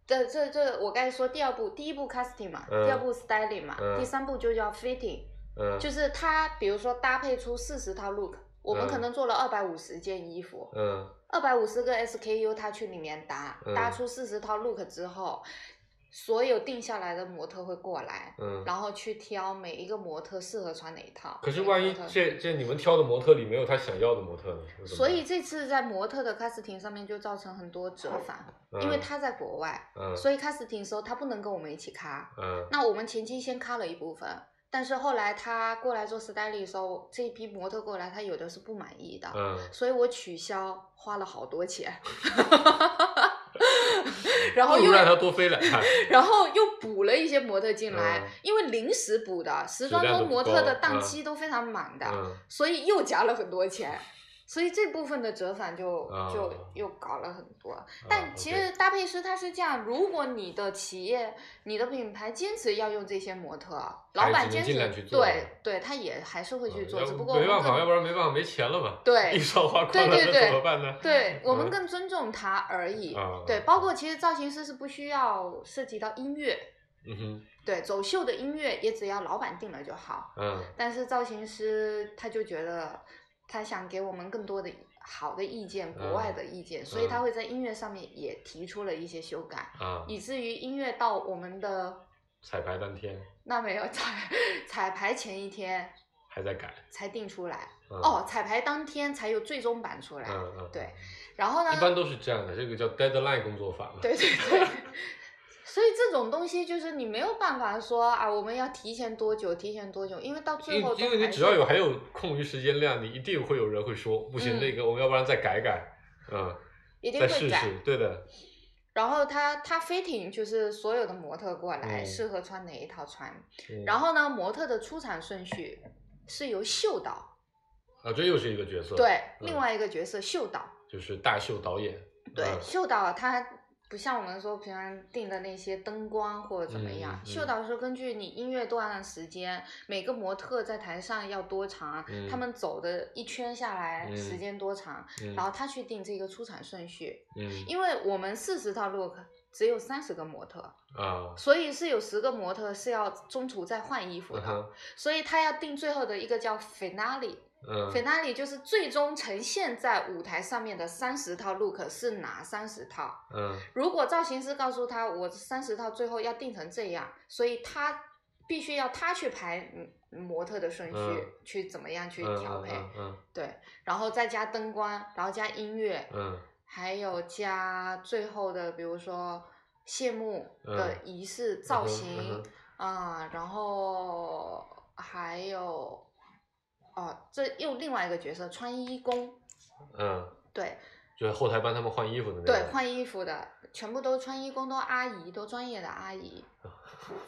这这这，我刚才说第二步，第一步 casting 嘛，
嗯
第二步 styling 嘛，
嗯
第三步就叫 fitting，
嗯，
就是他比如说搭配出四十套 look，我们
嗯
可能做了二百五十件衣服，
嗯
二百五十个 SKU，他去里面搭，
嗯
搭出四十套 look 之后，所有定下来的模特会过来，
嗯。
然后去挑每一个模特适合穿哪一套。
可是
每个
万一
模特
这这你们挑的模特里没有他想要的模特呢？那怎么
所以
办
这次在模特的 casting 上面就造成很多折返，因为他在国外，
嗯
所以 casting 的时候他不能跟我们一起咖。
嗯
那我们前期先咖了一部分，但是后来他过来做 styling 的时候，这一批模特过来，他有的是不满意的，
嗯
所以我取消，花了好 多钱， 然后
不如
又
让他多飞两 趟。
然后又补了一些模特进来，
嗯
因为临时补的，时
质
装
量
周
都不
模
够
特的档
嗯
期都非常满的，
嗯
所以又加了很多钱，所以这部分的折返就、
啊
就又搞了很多。但其实
呃嗯 OK
搭配师他是这样，如果你的企业、你的品牌坚持要用这些模特，老板
只能
坚
尽量
持
去，做呃
对对，他也还是会去做，
嗯要
只不过我
没
们
办法，要
更
不然没办法，没钱了嘛。
对
地上花光了，
对对
那
对
怎么办 呢？
对我们
嗯
更尊重他而已。
啊
对，包括其实造型师是不需要涉及到音乐，
嗯哼，
对走秀的音乐也只要老板定了就好。
嗯
但是造型师他就觉得他想给我们更多的好的意见，国
嗯
外的意见，所以他会在音乐上面也提出了一些修改，
啊，
以至于音乐到我们的
彩排当天
那没有彩 彩排前一天
还在改。
才定出来，
嗯，
哦，彩排当天才有最终版出来，
嗯嗯，
对，然后
一
呢，
般都是这样的，这个叫 deadline 工作法嘛。
对 对对。所以这种东西就是你没有办法说啊，我们要提前多久，提前多久，因为到最
因
后
为
都
因为你
还
只
是
要有还有空余时间量，你一定会有人会说不行，
嗯
那个我们要不然再改改，嗯，
一定
再
会
试
改，
试，对的，
然后他他 fitting 就是所有的模特过来、
嗯
适合穿哪一套穿，
嗯
然后呢，模特的出场顺序是由秀导，
啊，这又是一个角色，
对，
嗯
另外一个角色秀导，
就是大秀导演，
对，
嗯
秀导他不像我们说平常定的那些灯光或者怎么样，
嗯嗯
秀导是根据你音乐段的时间，每个模特在台上要多长，
嗯
他们走的一圈下来、
嗯
时间多长，
嗯
然后他去定这个出场顺序，
嗯
因为我们四十套 look 只有三十个模特，
啊，
所以是有十个模特是要中途再换衣服
嗯
的，
哼
所以他要定最后的一个叫 finale，finale、
嗯
finale 就是最终呈现在舞台上面的三十套 look 是哪三十套。
嗯
如果造型师告诉他我三十套最后要定成这样，所以他必须要他去排嗯模特的顺序，
嗯
去怎么样去
嗯
调配，
嗯
对，然后再加灯光，然后加音乐，
嗯
还有加最后的，比如说谢幕的仪式、造型
嗯嗯哼
啊、然后还有哦，这又另外一个角色穿衣工，
嗯嗯，
对
就是后台帮他们换衣服的那
对，
个，
换衣服的全部都是穿衣工，都阿姨，都专业的 阿姨，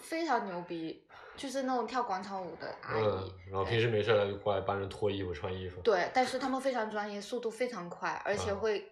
非常牛逼，就是那种跳广场舞的阿姨。
嗯，然后平时没事儿就过来帮人脱衣服、穿衣服，
对，但是他们非常专业，速度非常快，而且
嗯
会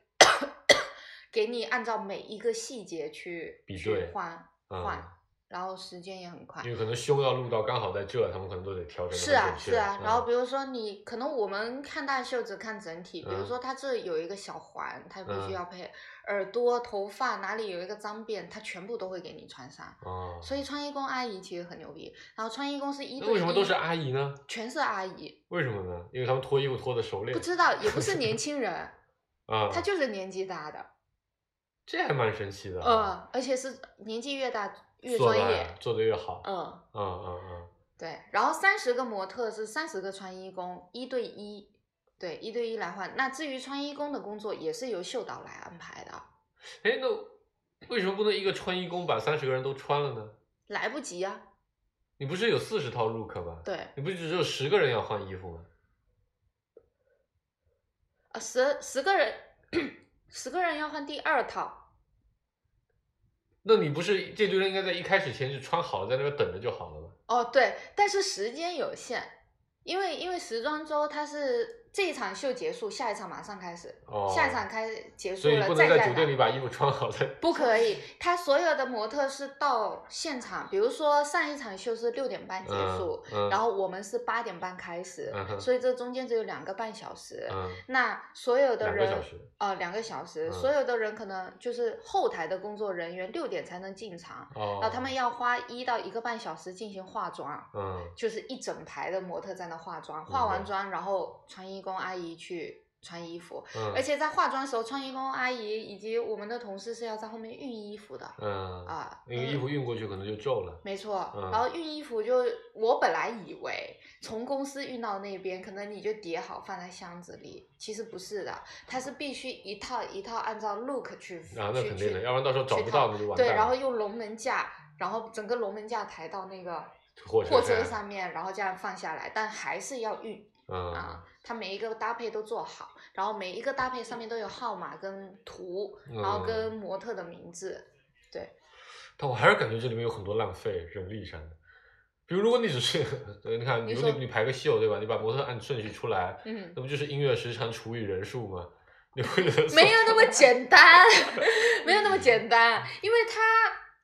给你按照每一个细节去
比
去
对
换
嗯
换，然后时间也很快
因。为可能胸要录到刚好在这，他们可能都得调整得
是啊
很准确
是啊，
嗯
然后比如说你可能我们看大袖只看整体，比如
嗯
说它这有一个小环，它必
嗯
须要配耳朵、头发哪里有一个脏辫，它全部都会给你穿上。
哦，
所以穿衣工阿姨其实很牛逼，然后穿衣工是一对
那为什么
一
都是阿姨呢？
全是阿姨，
为什么呢？因为他们脱衣服脱的熟练
不知 道也不是年轻人，
啊，
她就是年纪大的。
这还蛮神奇的啊，
嗯，而且是年纪越大越
做
专
的
业。
做的越好，
嗯，
嗯嗯嗯，
对。然后三十个模特是三十个穿衣工，一对一，对，一对一来换。那至于穿衣工的工作，也是由秀导来安排的，
哎，那为什么不能一个穿衣工把三十个人都穿了呢？
来不及啊。
你不是有四十套 look 吗？
对，
你不是只有十个人要换衣服吗？
呃，十十个人， 十个人要换第二套。
那你不是这堆人应该在一开始前就穿好了，在那边等着就好了吗？
哦，对，但是时间有限，因为因为时装周它是这一场秀结束，下一场马上开始，
哦，
下一场开始结束
所以
了
不
再
能
下
在
一
酒店
场。
里把衣服穿 好再
不可以，他所有的模特是到现场，比如说上一场秀是六点半结束，
嗯嗯
然后我们是八点半开始，
嗯哼
所以这中间只有两个半小时。
嗯，
那所有的
两个
人，
小时，
呃，两个小时，
嗯
所有的人可能就是后台的工作人员六点才能进场，
哦，
然后他们要花一到一个半小时进行化妆，
嗯
就是一整排的模特在那化妆，化完妆然后穿衣工阿姨去穿衣服，
嗯，
而且在化妆的时候，穿衣工阿姨以及我们的同事是要在后面熨衣服的
嗯
啊，
那个衣服运过去可能就皱了，
没错，
嗯
然后熨衣服就我本来以为从公司运到那边，可能你就叠好放在箱子里，其实不是的，它是必须一套一套按照 look 去
啊，那
去
肯定的，
去
要不然到时候找
去
不
套
到那就完蛋
对，
了。
然后用龙门架，然后整个龙门架抬到那个
货
货
车
车，上面，然后这样放下来，但还是要熨
嗯
啊，它每一个搭配都做好，然后每一个搭配上面都有号码跟图，然
嗯
后跟模特的名字，
但我还是感觉这里面有很多浪费人力上的。比如，如果你只是，对，你看，
你
比如你
说
你排个秀，对吧？你把模特按顺序出来，
嗯
那不就是音乐时长除以人数吗？你会觉得
没有那么简单， 没有那么简单，因为他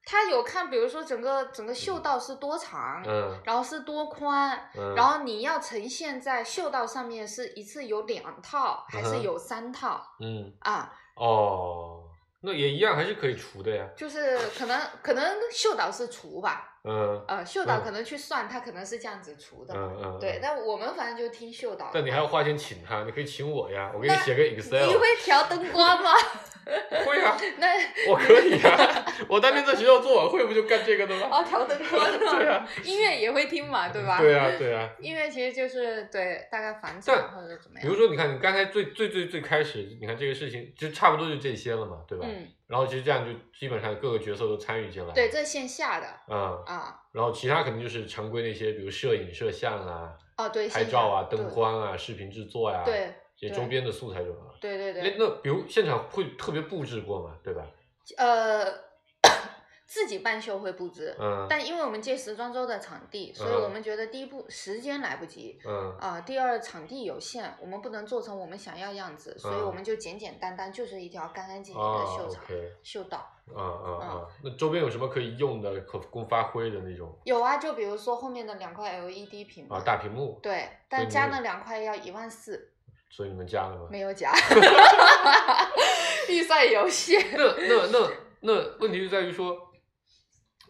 他有看，比如说整个整个秀道是多长，
嗯
然后是多宽，
嗯，
然后你要呈现在秀道上面是一次有两套还
嗯
是
哼
有三套、
嗯
啊？
哦，那也一样，还是可以除的呀。
就是可能可能秀导是除吧，
嗯
呃，秀导
嗯
可能去算，他可能是这样子除的，
嗯嗯，
对。
嗯。
但我们反正就听秀导，
但你还要花钱请他，你可以请我呀，我给你
那
写个
你
Excel。
会调灯光吗？
会啊，
那
我可以啊， 我当年在学校做晚会不就干这个的吗？
哦，调灯光
对啊，
音乐也会听嘛，对吧？
对啊，对啊。
音乐其实就是对大概返
但
场或者怎么
比如
样。
说，你看你刚才最最最最开始，你看这个事情就差不多就这些了嘛，对吧？
嗯，
然后其实这样就基本上各个角色都参与进来。
对，。这线下的
嗯，
啊，
然后其他肯定就是常规那些，比如摄影、摄像啊、
哦对，
拍
线下
照啊、
对
灯光啊、视频制作呀、
对
这些
对
周边的素材就啊。
对对
那
对，
那比如现场会特别布置过嘛，对吧？
呃， 自己办秀会布置，
嗯
但因为我们借时装周的场地，所以
嗯
我们觉得第一步时间来不及。
嗯
啊、第二场地有限，我们不能做成我们想要样子，所以
嗯
我们就简简单单，就是一条干干净净的
啊
秀场、嗯
，OK，
秀道。
啊啊啊，那周边有什么可以用的、可供发挥的那种
有啊，就比如说后面的两块 LED 屏幕，
啊大屏幕？
对，
对
但
你
加
有
那两块要一万四。
所以你们加了吗？
没 有假， 预算有限。
那那那那问题就在于说，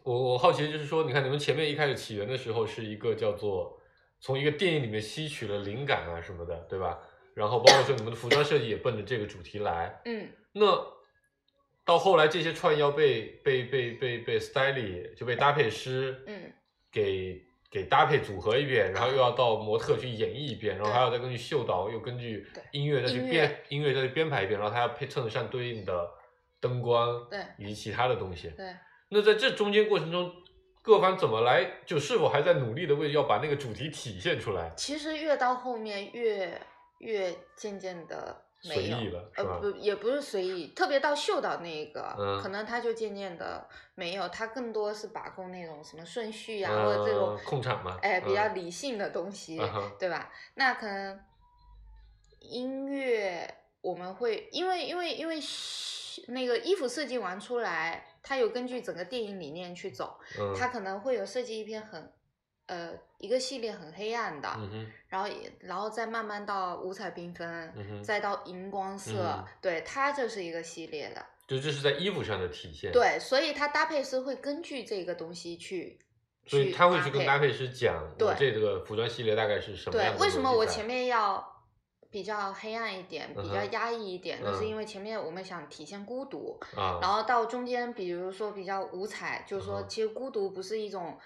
我我好奇的就是说，你看你们前面一开始起源的时候是一个叫做从一个电影里面吸取了灵感啊什么的，对吧？然后包括说你们的服装设计也奔着这个主题来。
嗯，
那到后来这些串腰被被被被被 styly 就被搭配师
嗯
给给搭配组合一遍，然后又要到模特去演绎一遍，然后还要再根据秀导，又根据
对
音乐再去
音乐
编音乐再去编排一遍，然后它要配衬得上对应的灯光
对
以及其他的东西。
对，
那在这中间过程中，各方怎么来，就是否还在努力的为要把那个主题体现出来？
其实越到后面越越渐渐的
随
没有
意了是吧
呃，不，也不是随意，特别到秀导那一个，
嗯
可能他就渐渐的没有，他更多是把控那种什么顺序呀、
嗯
或者这种
控场嘛
哎，比较
嗯
理性的东西，
嗯哼，
对吧？那可能音乐我们会因为因为因为是那个衣服设计完出来，它有根据整个电影理念去走，
嗯，
它可能会有设计一篇很呃一个系列很黑暗的，
嗯哼，
然后也然后再慢慢到五彩缤纷，
嗯哼
再到荧光色，
嗯
对，它就是一个系列的，
就这是在衣服上的体现。，
对，所以它搭配师会根据这个东西去。
所以他会去跟搭
配
配师讲，我
对
这个服装系列大概是什么
对
样，的
为什么
逻辑
我
在
前面要比较黑暗一点，比较
嗯哼
压抑一点？那、是
嗯
因为前面我们想体现孤独，
啊，
然后到中间，比如说比较五彩，就
嗯
是说
哼
其实孤独不是一种，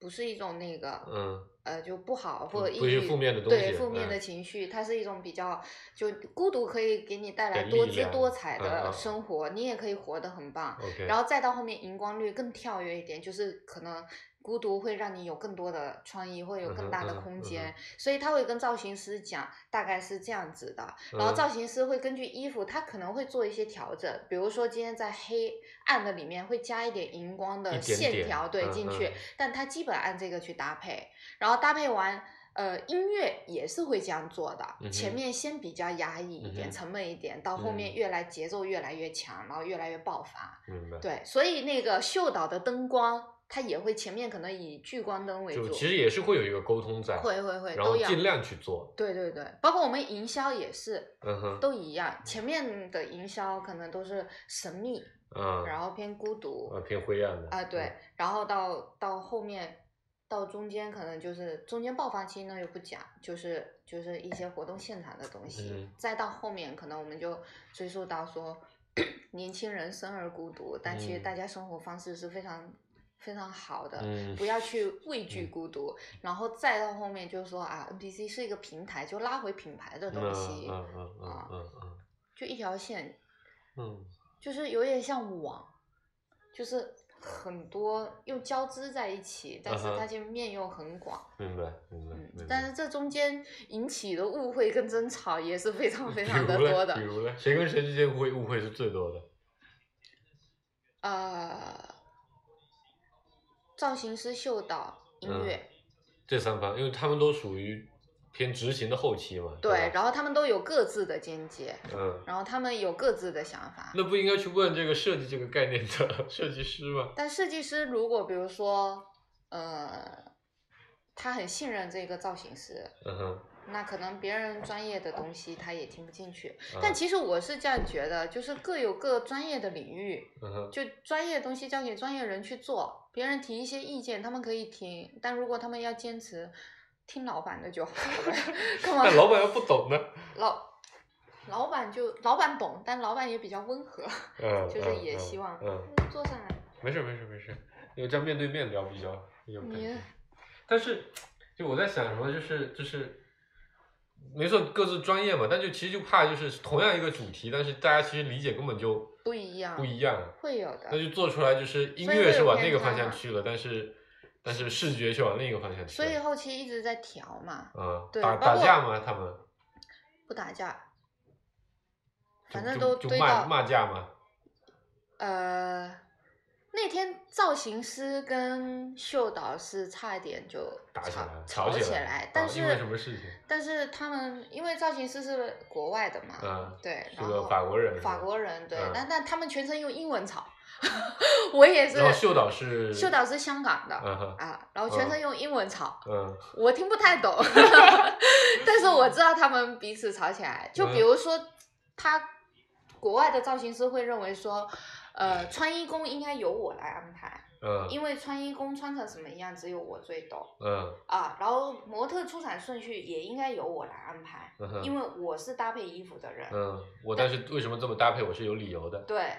不是一种那个。
嗯。
呃，就不好或者抑
不是
郁，
负面的东
对
西
负
嗯
面的情绪，它是一种比较就孤独可以给你带来
给
多
力
姿
量
多彩
嗯
的
嗯
生活，你也可以活得很棒。
OK，
然后再到后面荧光绿更跳跃一点，就是可能孤独会让你有更多的创意，会有更大
嗯
的
哼嗯
空
哼
间，所以他会跟造型师讲大概是这样子的，然
嗯
后造型师会根据衣服，他可能会做一些调整，比如说今天在黑暗的里面会加一点荧光
一
的
点
线
点
条对
嗯
进
嗯
去，但他基本按这个去搭配，然后搭配完。呃，音乐也是会这样做的。
嗯
前
哼
面先比较压抑一点，
嗯哼
沉闷一点，到后面
嗯
越来节奏越来越强，然后越来越爆发。
明白。
对，所以那个秀岛的灯光，它也会前面可能以聚光灯为
就
主，
其实也是会有一个沟通在，
会会会
然
都
后
要。
尽量去做。
对对对，包括我们营销也是，
嗯哼，
都一样。前面的营销可能都是神秘，
嗯，
然后偏孤独，
啊偏灰暗的
啊，对
嗯，
然后到到后面，到中间可能就是中间爆发期呢又不讲，就是就是一些活动现场的东西，
嗯
再到后面可能我们就追溯到说， 年轻人生而孤独，但其实
嗯
大家生活方式是非常非常好的。
嗯，
不要去畏惧
嗯
孤独，然后再到后面就是说啊，NPC 是一个平台，就拉回品牌的
嗯
东西，啊
嗯嗯嗯嗯嗯
就一条线，
嗯
就是有点像网，就是很多又交织在一起，但是
嗯哼
它就面又很广。
嗯，明白明白
嗯
明白。，
但是这中间引起的误会跟争吵也是非常非
比
常的
如嘞
多
比
的。
如嘞，谁跟谁之间会误会是最多的？
呃，造型师秀导音
嗯
乐，
这三方，因为他们都属于偏执行的后期嘛。
对，
吧
然后他们都有各自的见解，
嗯，
然后他们有各自的想法。
那不应该去问这个设计这个概念的 设计师吗？
但设计师如果比如说，呃，他很信任这个造型师，
嗯哼，
那可能别人专业的东西他也听不进去，
嗯
但其实我是这样觉得，就是各有各专业的领域，
嗯哼，
就专业的东西交给专业人去做，别人提一些意见他们可以听，但如果他们要坚持听老板的就好了，干嘛
但老板要不懂呢？
老老板就老板懂，但老板也比较温和，
嗯，
就是
嗯
也
嗯
希望
嗯，
坐上来，
没事没事没事，因为这样面对面聊比较有感觉
你。
但是，就我在想什么，就是就是，没错，各自专业嘛，但就其实就怕就是同样一个主题，但是大家其实理解根本就
不一样
不一样，
会有
那
的，
就做出来就是音
所以会
乐是
有
往
偏
那个
差
方向
嘛
去了，但是但是视觉却往另一个方向去了。
所以后期一直在调嘛，
啊，
对
打
包
打
括
架吗？他们
不打架，
就
反正
就
都
就
堆
骂
到
骂架吗？
呃，那天造型师跟秀导是差一点就
打起
吵
来
吵
吵起
起
来
来
啊，
但
因
是、
为什么事情
但是他们因为造型师是国外的嘛，
嗯
对，
是
然
个
后
法国人是
法
吧
国人对，
嗯
但但他们全程用英文吵， 我也是
然后。秀导是
秀导是香港的
嗯哼
啊，然后全
嗯
程用英文吵，
嗯
我听不太 懂， 但是我知道他们彼此吵起来。
嗯
就比如说，他国外的造型师会认为说，呃，穿衣工应该由我来安排，
嗯
因为穿衣工穿成什么样只有我最懂
嗯
啊。然后模特出场顺序也应该由我来安排，
嗯哼
因为我是搭配衣服的人。
嗯，我但是为什么这么搭配？我是有理由的。
对，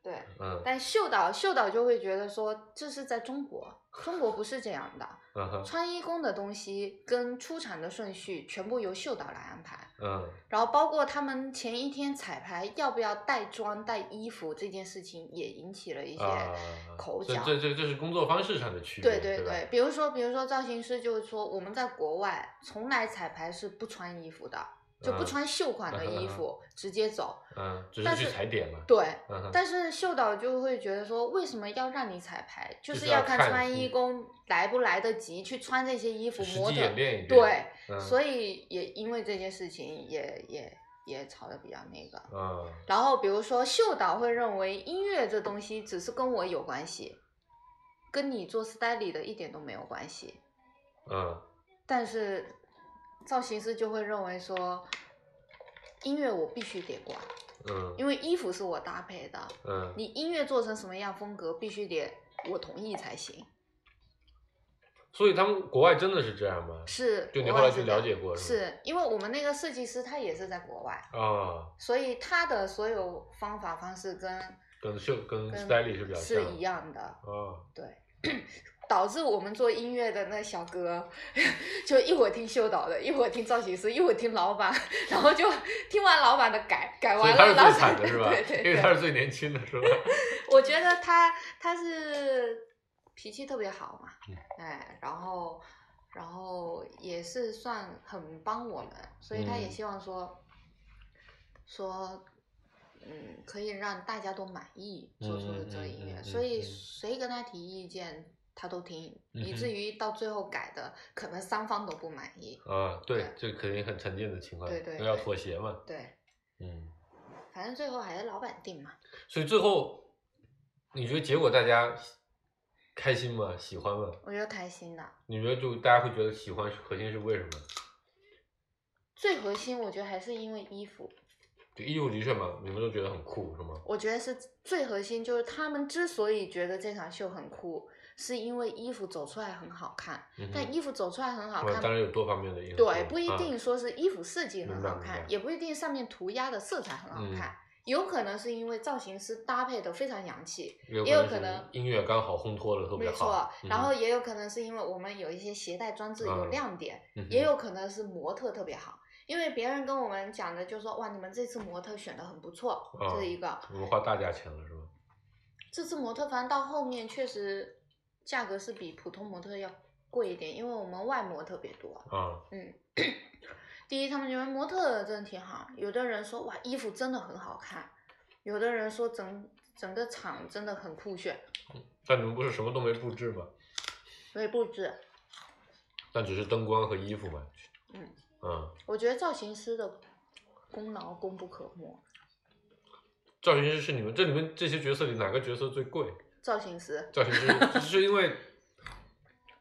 对。
嗯
但秀导秀导就会觉得说，这是在中国，中国不是这样的。
嗯哼
穿衣工的东西跟出场的顺序全部由秀导来安排，
嗯
然后包括他们前一天彩排要不要带妆带衣服这件事情，也引起了一些
啊，
口
这
角。
这这这是工作方式上的区别，
对对
吧？
比如说比如说造型师就是说，我们在国外从来彩排是不穿衣服的，就不
嗯
穿秀款的衣服、
啊
直接走。
嗯，只
但
是去
是
踩点嘛。
对，
嗯哼
但是秀导就会觉得说，为什么要让你彩排？就
就是是要
看
看
穿
你
衣工来不来得及去穿这些衣服，
实
模
际
特
演练一遍。
对，
嗯，
所以也因为这件事情也也也吵得比较那个。
嗯
然后比如说秀导会认为音乐这东西只是跟我有关系，跟你做 style 的一点都没有关系。
嗯
但是造型师就会认为说，音乐我必须得管，
嗯
因为衣服是我搭配的，
嗯，
你音乐做成什么样风格必须得我同意才行。
所以他们国外真的是这样吗？
是，
就你后
国
来
外
去
是这样
了解过是
是因为我们那个设计师他也是在国外。
啊，
所以他的所有方法方式跟
跟秀跟
跟
Stanley 是比较像
是一样的，
啊，
对，导致我们做音乐的那小哥， 就一会儿听秀导的，一会儿听造型师，一会儿听老板，然后就听完老板的改改
所以
完
他
了，
是
然后？
最惨的是吧
对 对
因为
对
他是最年轻的是 吧？
我觉得他他是脾气特别好嘛
嗯，
哎，然后然后也是算很帮我们，所以他也
嗯
希望说、说，嗯，可以让大家都满意做出的这个音
嗯
乐，
嗯嗯嗯
所以
嗯
谁跟他提意见他都听，
嗯哼
以至于到最后改的可能三方都不满意。
啊，对，这肯定很常见的情况，
对对
都要
对
妥协嘛，
对，
嗯，
反正最后还是老板定嘛。
所以最后你觉得结果大家开心吗？喜欢吗？
我觉得开心的，
你觉得就大家会觉得喜欢是核心是为什么？
最核心我觉得还是因为衣服，
就义务的确嘛，你们都觉得很酷是吗？
我觉得是最核心，就是他们之所以觉得这场秀很酷，是因为衣服走出来很好看。
嗯哼
但衣服走出来很好
啊
看，
当然有多方面的因素，
对，不一
啊
定说是衣服设计很
明白
好
明
看
白，
也不一定上面涂鸦的色彩很好
嗯
看，有可能是因为造型师搭配的非常洋气，
也
也有
有
可
可
能
能是音乐刚好烘托的特别
没
好，
错。
嗯
然后也有可能是因为我们有一些鞋带装置有
嗯
亮点，
嗯哼
也有可能是模特特别好。因为别人跟我们讲的就说哇，你们这次模特选的很不错，
哦
这是一个。
我们花大价钱了是吧？
这次模特反正到后面确实价格是比普通模特要贵一点，因为我们外模特别多。
啊，
嗯， 第一，他们觉得模特真的挺好，有的人说哇衣服真的很好看，有的人说整整个场真的很酷炫，
但你们不是什么都没布置吗？
所以布置，
但只是灯光和衣服嘛，
嗯
嗯，
我觉得造型师的功劳功不可没。
造型师是你们这里面这些角色里哪个角色最贵？
造型师，
造型师 是因为。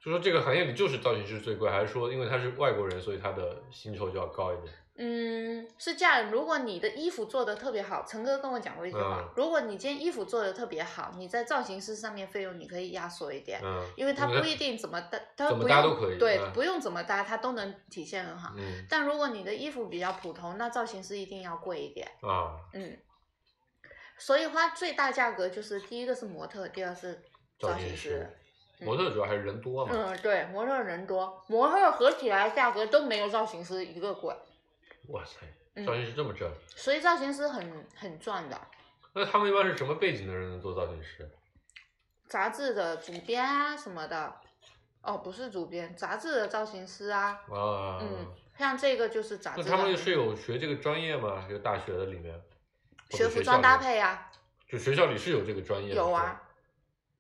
就说这个行业里就是造型师最贵，还是说因为他是外国人，所以他的薪酬就要高一点？
嗯，是这样。如果你的衣服做的特别好，陈哥跟我讲过一句话，
嗯
如果你今天衣服做的特别好，你在造型师上面费用你可以压缩一点，
嗯，
因为他
因为
不一定怎么搭，他
怎么
不
搭
用
都可以
对，
嗯
不用怎么搭，他都能体现很好。
嗯
但如果你的衣服比较普通，那造型师一定要贵一点。
啊，
嗯，所以花最大价格就是第一个是模特，第二是造
造
型
型师哦
师。，嗯
模特主要还是人多嘛。
嗯，对，模特人多，模特合起来价格都没有造型师一个贵，
哇塞，
嗯
造型师这么挣，
所以造型师很很赚的。
那他们一般是什么背景的人能做造型师？
杂志的主编啊什么的，哦，不是主编，杂志的造型师啊，
啊，
嗯，像这个就是杂
那
志
他们
的
是有学这个专业吗？就大学的里面，或者
学服
校
装
里
搭配啊，
就学校里是有这个专业的。
有啊。
是吧。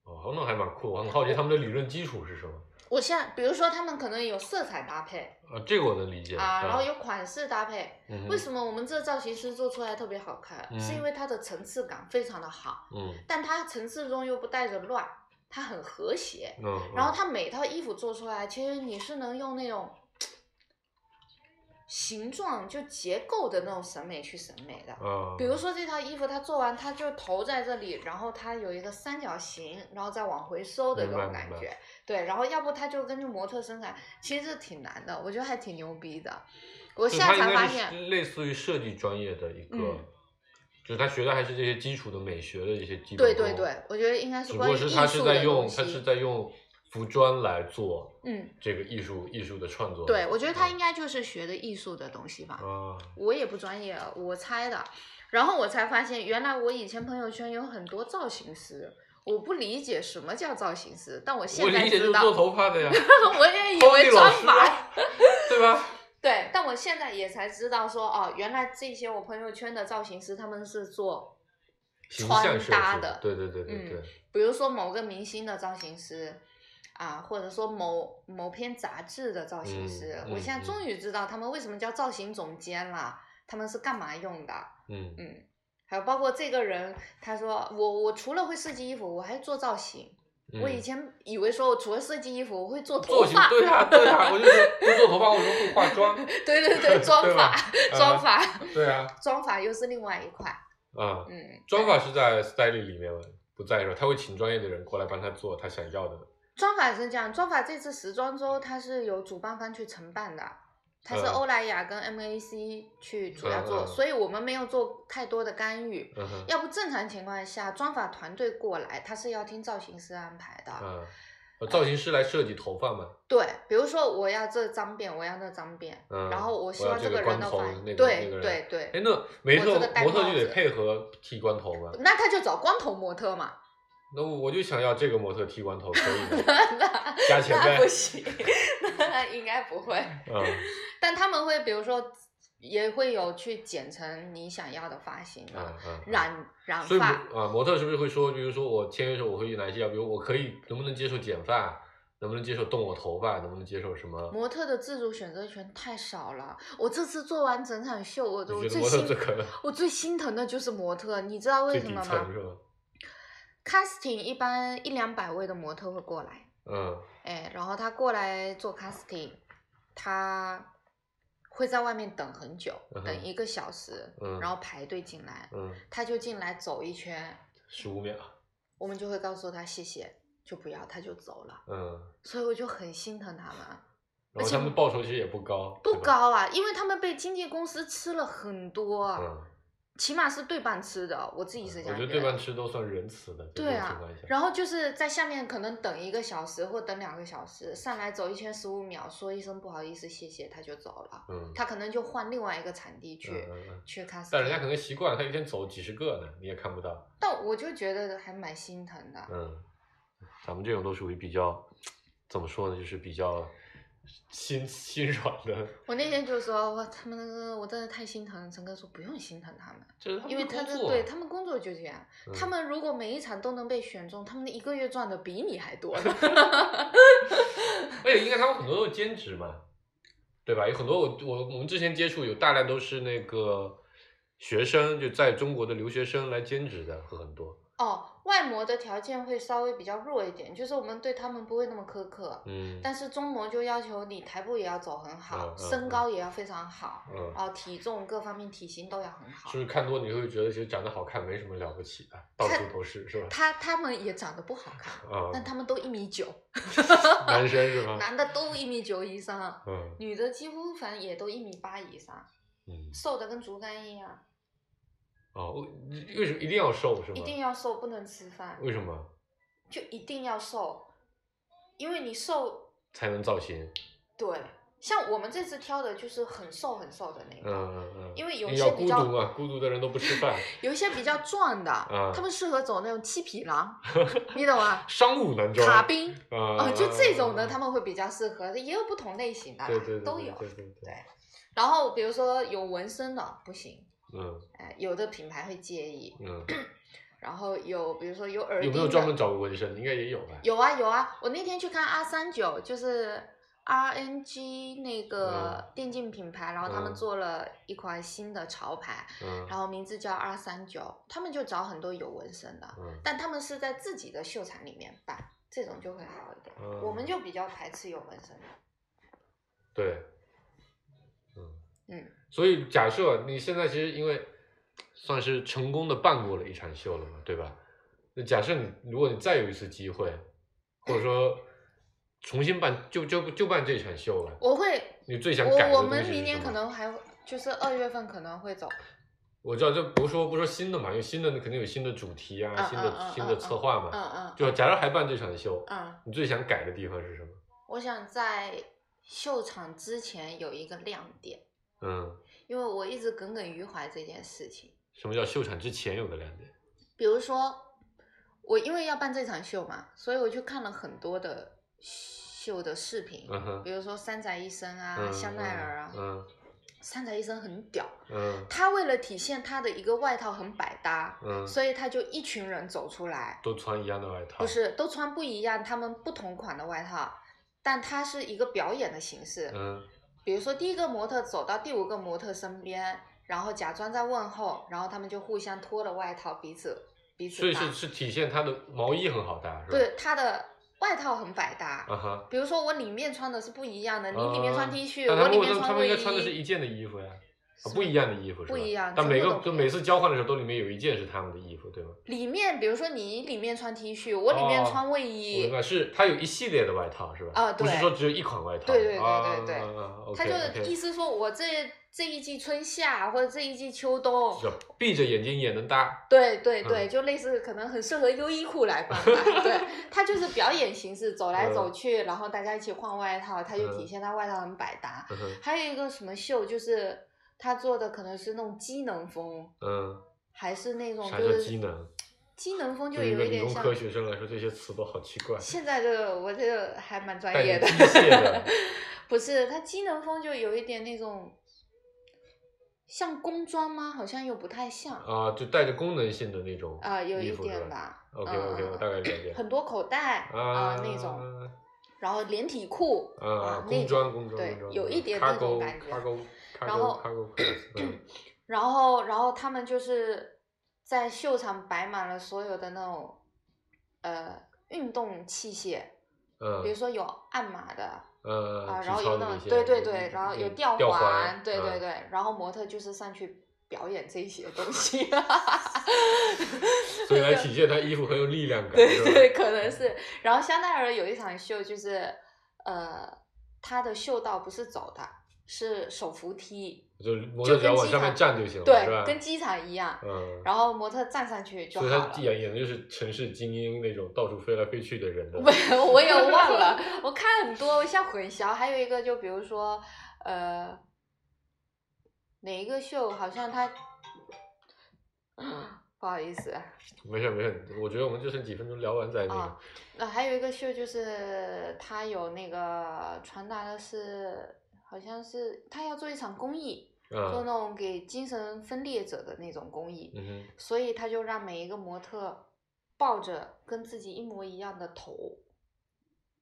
哦，那还蛮酷，我很好奇他们的理论基础是什么。
我现在比如说他们可能有色彩搭配
啊，这个我能理解
啊，然后有款式搭配，
嗯哼
为什么我们这造型师做出来特别好看？
嗯
是因为它的层次感非常的好，
嗯
但它层次中又不带着乱，它很和谐。
嗯嗯，
然后它每套衣服做出来，其实你是能用那种形状就结构的那种审美去审美的。
啊，
比如说这套衣服，它做完，它就头在这里，然后它有一个三角形，然后再往回收的这种
明白
感
明白
觉。对，然后要不它就根据模特身材，其实这挺难的，我觉得还挺牛逼的。我
就
现
他
在
应
才
该
发
是
现，
类似于设计专业的一个，
嗯
就是他学的还是这些基础的美学的一些基本
对对
功
对，我觉得应该是
哦只不
关于
过是
艺术
他是在
的
用
东
他是
西。
在用服装来做
嗯，
这个艺术艺术的创作。
对，我觉得他
嗯
应该就是学的艺术的东西吧。
啊，
我也不专业，我猜的。然后我才发现，原来我以前朋友圈有很多造型师，我不理解什么叫造型师，但我
我
现在
理解就
知
是做
道，
头发的呀，
我也以
托
为
尼老
专
师
法。
啊， 对吧？
对，但我现在也才知道说，哦，原来这些我朋友圈的造型师他们是做
形
穿
象设
搭
计
的
对对对对对，
比如说某个明星的造型师啊，或者说某某篇杂志的造型师，
嗯嗯
我现在终于知道他们为什么叫造型总监了，他们是干嘛用的？
嗯
嗯，还有包括这个人，他说我我除了会设计衣服，我还做造型。
嗯
我以前以为说我除了设计衣服，我会做头
造型
发，
对呀对呀，我就说不做头发，我说会化妆，
对对对，妆
对吧
发，妆
啊
发，
对啊
妆发又是另外一块。
啊，
嗯，
妆发是在 styling 里面不在说，他会请专业的人过来帮他做他想要的。
妆法是这样，妆法这次时装周它是由主办方去承办的，它是
嗯
欧莱雅跟 MAC 去主要做，
嗯嗯
所以我们没有做太多的干预。
嗯哼，
要不正常情况下，妆法团队过来，他是要听造型师安排的。
啊，造型师来设计头发嘛，
对，比如说我要这张辫，我要那张辫，
嗯
然后我希望
我要这个
个人的
光头
反应，
那个
对、
那个人
对
哎，
对，
那每一次
我这个戴
模特
帽
就得
子
配合剃光头嘛，
那他就找光头模特嘛，
那我我就想要这个模特剃光头，可以 吗？
那
加钱
那
呗
不，行，那应该不会。
嗯
但他们会比如说也会有去剪成你想要的发型
啊
嘛，
啊，
染染
所以模
发，
啊，模特是不是会说，比如说我签约的时候，我会去哪些要，比如我可以能不能接受剪发，能不能接受动我头发，能不能接受什么？
模特的自主选择权太少了。我这次做完整场秀，我
你
我
觉得
最
模特
心
最可能
我最心疼的就是模特，你知道为
最
什
底
么
层
吗
是吧？
？casting 一般一两百位的模特会过来，
嗯
哎，然后他过来做 casting，他会在外面等很久，
嗯哼
等一个小时，
嗯
然后排队进来，
嗯，
他就进来走一圈，
十五秒，
我们就会告诉他谢谢，就不要，他就走了。
嗯，
所以我就很心疼他们，
然后
且
他们报酬其实也不高，
不
对吧，
高啊，因为他们被经纪公司吃了很多啊，
嗯，
起码是对半吃的，我自己是
我
这样
觉得对半吃都算仁慈的，在
对
这种
啊
情况下，
然后就是在下面可能等一个小时或等两个小时，上来走一圈十五秒，说一声不好意思，谢谢，他就走了。
嗯，
他可能就换另外一个产地去、
嗯嗯嗯
去 casting。
但人家可能习惯了，他一天走几十个呢，你也看不到，
但我就觉得还蛮心疼的。
嗯，咱们这种都属于比较，怎么说呢，就是比较心心软的，
我那天就说，我他们那个我真的太心疼了。陈哥说不用心疼他们，
就是他们
因为
的
他
工
们
作啊
对他们工作就这样。
嗯
他们如果每一场都能被选中，他们一个月赚的 比你还多呢。
而且应该他们很多都是兼职嘛，对吧？有很多我我我们之前接触有大量都是那个学生，就在中国的留学生来兼职的，很多。
哦，外模的条件会稍微比较弱一点，就是我们对他们不会那么苛刻，
嗯
但是中模就要求你台步也要走很好，
嗯嗯
身高也要非常好，
嗯，
然后体重各方面体型都要很好
是不。是看多你会觉得其实长得好看没什么了不起的，到处都是是吧？
他他们也长得不好看，
啊，
但他们都一米九，
男生是吧？
男的都一米九以上，
嗯
女的几乎反正也都一米八以上，
嗯
瘦的跟竹竿一样，
哦，为为什么一定要瘦是吗？
一定要瘦，不能吃饭，
为什么
就一定要瘦，因为你瘦，
才能造型？
对，像我们这次挑的就是很瘦很瘦的那
嗯
个。
嗯嗯，
因为有
你
一
要
些
孤
比较
独嘛，孤独的人都不吃饭，
有一些比较壮的，
嗯
他们适合走那种七匹 狼，你懂吗？
商务男装
卡宾，
啊，
哦，就这种的，他
们
们会比较适合，也有不同类型的
嗯
啦，
对对对对
都有。
对对对，
然后比如说有纹身的不行，
嗯。
哎，有的品牌会介意。
嗯，
然后有比如说有耳
有
钉
没
的，
有专门找纹身？应该也有吧。
有啊有啊，我那天去看 R 三九，就是 RNG 那个
嗯
电竞品牌，然后他
嗯
们做了一款新的潮牌，
嗯
然后名字叫 R 三九，他们就找很多有纹身的。
嗯
但他们是在自己的秀场里面办，这种就会好一点。
嗯
我们就比较排斥有纹身的。
对，嗯
嗯，
所以假设你现在其实因为算是成功的办过了一场秀了嘛，对吧？那假设你如果你再有一次机会，或者说重新办，就就就办这场秀了，
我会，
你最想改的
我我
东
们
西
明
是
年
什
可
么
能还就是二月份可能会走，
我知道，就不说不说新的嘛，因为新的肯定有新的主题啊，
嗯
新的、
嗯嗯
新的策划嘛。
嗯嗯
就假如还办这场秀，
嗯，
你最想改的地方是什么？
我想在秀场之前有一个亮点，
嗯，
因为我一直耿耿于怀这件事情。
什么叫秀场之前有的亮点？
比如说，我因为要办这场秀嘛，所以我去看了很多的秀的视频，
嗯哼。
比如说山宅一生啊、
嗯
香奈儿啊，
嗯
山宅一生很屌，
嗯
他为了体现他的一个外套很百搭，
嗯，
所以他就一群人走出来，
都穿一样的外套，
不是都穿不一样，他们不同款的外套，但它是一个表演的形式。
嗯
比如说第一个模特走到第五个模特身边，然后假装在问候，然后他们就互相脱了外套，彼此彼
所
此
以
搭
是。是体现它的毛衣很好搭，是吧？，
对，他的外套很百搭。
啊哈。
比如说我里面穿的是不一样的，你里面穿 T 恤，
哦但他
我
们
里面
他们
卫
应
衣。
该穿的是一件的衣服呀，啊不一样的衣服是吧？
不一样
但
全
每
部都
个
不
就
一
每
样
次交换的时候，都里面有一件是他们的衣服，对吗？
里面，比如说你里面穿 T 恤，我里面
哦
穿卫
我明
衣，
白，是它有一系列的外套是吧？
啊
不是
对
说只有一款外套。
对对对
啊
对对
啊啊啊
他
OK，
就意
OK。
思说我这这一季春夏或者这一季秋冬，
就闭着眼睛也能搭，
对对
嗯
对，就类似可能很适合优衣库来 办吧。对，他就是表演形式，走来
嗯
走去，然后大家一起换外套，他就体现他外套很百搭。
嗯哼
还有一个什么秀，就是他做的可能是那种机能风，
嗯，
还是那种
啥
就
叫
是
机能？
机能风就
对于一
有
个
一
理
点
工
像
科学生来说，这些词都好奇怪，
现在这个我这个还蛮专
带
业
点机械的
不是，它机能风就有一点那种像工装吗？好像又不太像。
啊，就带着功能性的那种
啊，有
衣
一
服是
点
吧
吧。
？OK
嗯
OK，
嗯
我
嗯
大概了解。
很多口袋啊、
啊
那种，然后连体裤
啊，
那
工
种
装工装
对
工装，
有
工
一
装
点那
cargo
种感觉。
cargo
然后
cargo cargo class，嗯
然后，然后他们就是在秀场摆满了所有的那种呃运动器械，比如
嗯
说有按马的
呃，
啊、
体
然后
操
有
的
那
那
种
些
对对
嗯
对，然后有
嗯
吊
吊
对对
嗯
对，然后模特就是上去表演这些东西，
所以来体现他衣服很有力量感，
对
是吧
对，可能是。然后香奈儿有一场秀就是呃，他的秀道不是走的，是手扶梯，
就是模
就
特只要
跟
往
机
上面
场
站就行了，是
对，
吧？
跟机场一样。
嗯，
然后模特站上去就
所
好
以
了
他。演演的就是城市精英那种到处飞来飞去的人的，
没有，我也忘了， 我看很多，我像混淆。还有一个就比如说，呃，哪一个秀好像他， 不好意思，
没事没事，我觉得我们就剩几分钟聊完再那
啊
个，
那、还有一个秀就是他有那个传达的是，好像是他要做一场公益，
嗯
做那种给精神分裂者的那种公益，
嗯哼，
所以他就让每一个模特抱着跟自己一模一样的头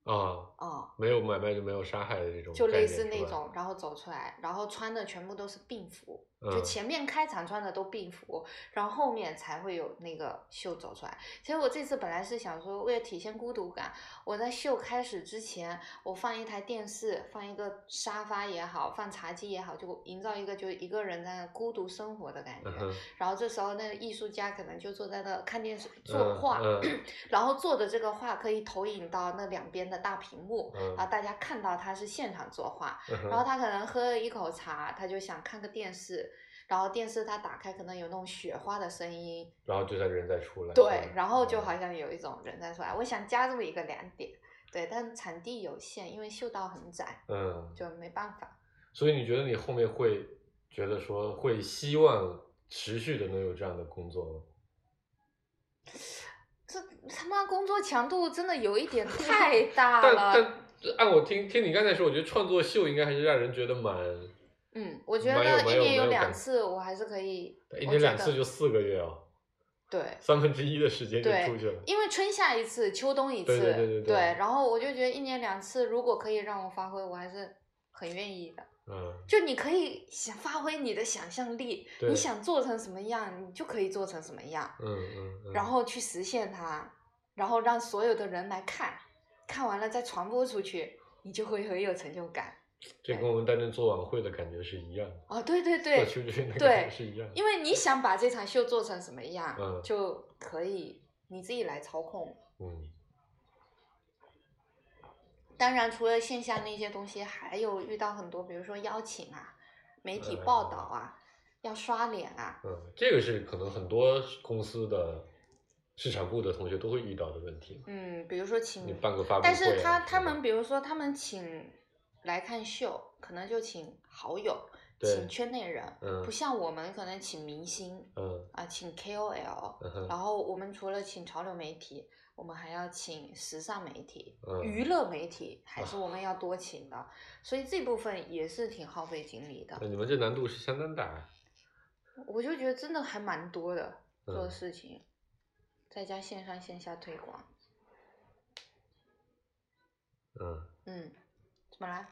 啊，
啊。
没有买卖就没有杀害的这种概念，
就类似
是
那
吧，
种，然后走出来，然后穿的全部都是病服，就
嗯
前面开场穿的都病服，然后后面才会有那个秀走出来。其实我这次本来是想说，为了体现孤独感，我在秀开始之前，我放一台电视，放一个沙发也好，放茶几也好，就营造一个就是一个人在那孤独生活的感觉。
嗯哼，
然后这时候那个艺术家可能就坐在那看电视作
嗯
画，
嗯
然后做的这个画可以投影到那两边的大屏幕，
嗯
然后大家看到他是现场作画，
嗯
啊然后
哼，
他可能喝了一口茶，他就想看个电视。然后电视他打开，可能有那种雪花的声音，
然后就在人再出来，
对，然后就
嗯
好像有一种人在出哎来。我想加这么一个两点，对，但场地有限，因为秀道很窄，
嗯，
就没办法。
所以你觉得你后面会觉得说会希望持续的能有这样的工作吗？
这他妈工作强度真的有一点太 大
但
了。
但按我听听你刚才说，我觉得创作秀应该还是让人觉得蛮，
嗯，我觉
蛮有
得
蛮
一
有
年
蛮有
两
感
次，我还是可以。
一年
我觉
两
得
次就四个月哦，
对，
三分之一的时间就
对
出去了。
因为春夏一次，秋冬一次，
对对对对对
然后我就觉得一年两次，如果可以让我发挥，我还是很愿意的。
嗯，
就你可以想发挥你的想象力，
对
你想做成什么样，你就可以做成什么样，
嗯嗯嗯。
然后去实现它，然后让所有的人来看，看完了再传播出去，你就会很有成就感。
这跟我们单纯做晚会的感觉是一样的，
哦，对对
做
对，
秋之韵的
对
感觉是一样的。
因为你想把这场秀做成什么样，
嗯
就可以你自己来操控。
嗯
当然，除了线下那些东西，还有遇到很多，比如说邀请啊、媒体
哎
报道啊、要刷脸啊，
嗯，这个是可能很多公司的市场部的同学都会遇到的问题。
嗯，比如说请，
你办个发布会啊，
但是
什
他
么
他
的
们，比如说他们请来看秀，可能就请好友，
对
请圈内人，
嗯
不像我们可能请明星
嗯
啊，请 KOL，
嗯哼
然后我们除了请潮流媒体，我们还要请时尚媒体、
嗯啊
娱乐媒体，还是我们要多请的，所以这部分也是挺耗费精力的。
那你们这难度是相当大啊。
我就觉得真的还蛮多的，做的
嗯
事情，再加线上线下推广，
嗯，
嗯，怎么啦？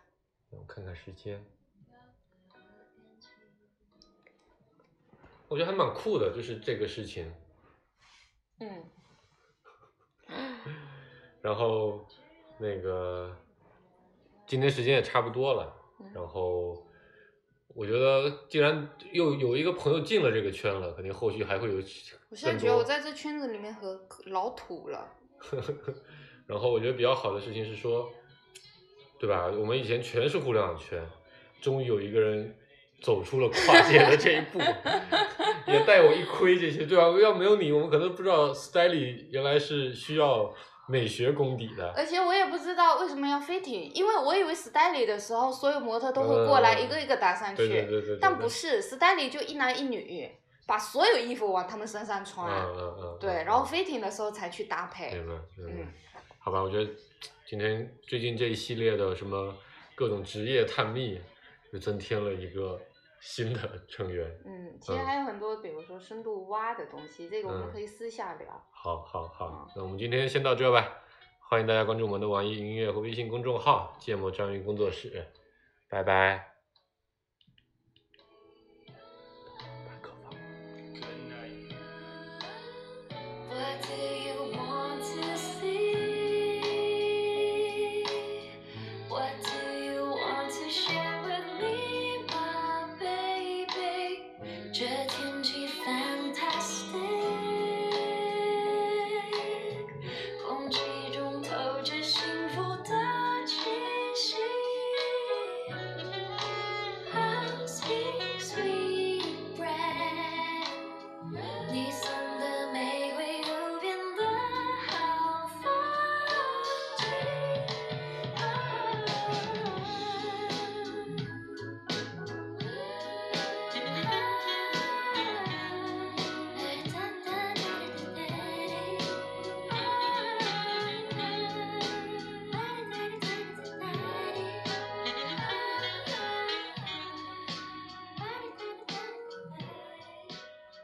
我看看时间，我觉得还蛮酷的，就是这个事情。
嗯，
然后那个今天时间也差不多了，
嗯
然后我觉得既然又有一个朋友进了这个圈了，肯定后续还会有
我现在
更
觉得我
多。
在这圈子里面和老土了，
然后我觉得比较好的事情是说，对吧？我们以前全是互联网圈，终于有一个人走出了跨界的这一 步，也带我一窥这些，对吧？啊要没有你，我们可能不知道 Styly 原来是需要美学功底的。
而且我也不知道为什么要飞艇，因为我以为 Styly 的时候，所有模特都会过来
嗯
一个一个搭上去，
对对对对对，
但不是，Styly 就一男一女，把所有衣服往他们身上穿，
嗯嗯嗯，
对，
嗯
然后
嗯
飞艇的时候才去搭配，
明白明
嗯
白，好吧，我觉得今天最近这一系列的什么各种职业探秘，就增添了一个新的成员。
嗯，其实
嗯
还有很多，比如说深度挖的东西，这个我们
嗯
可以私下聊。
好，好，好，那我们今天先到这吧。欢迎大家关注我们的网易云音乐和微信公众号“芥末章鱼工作室”，拜拜。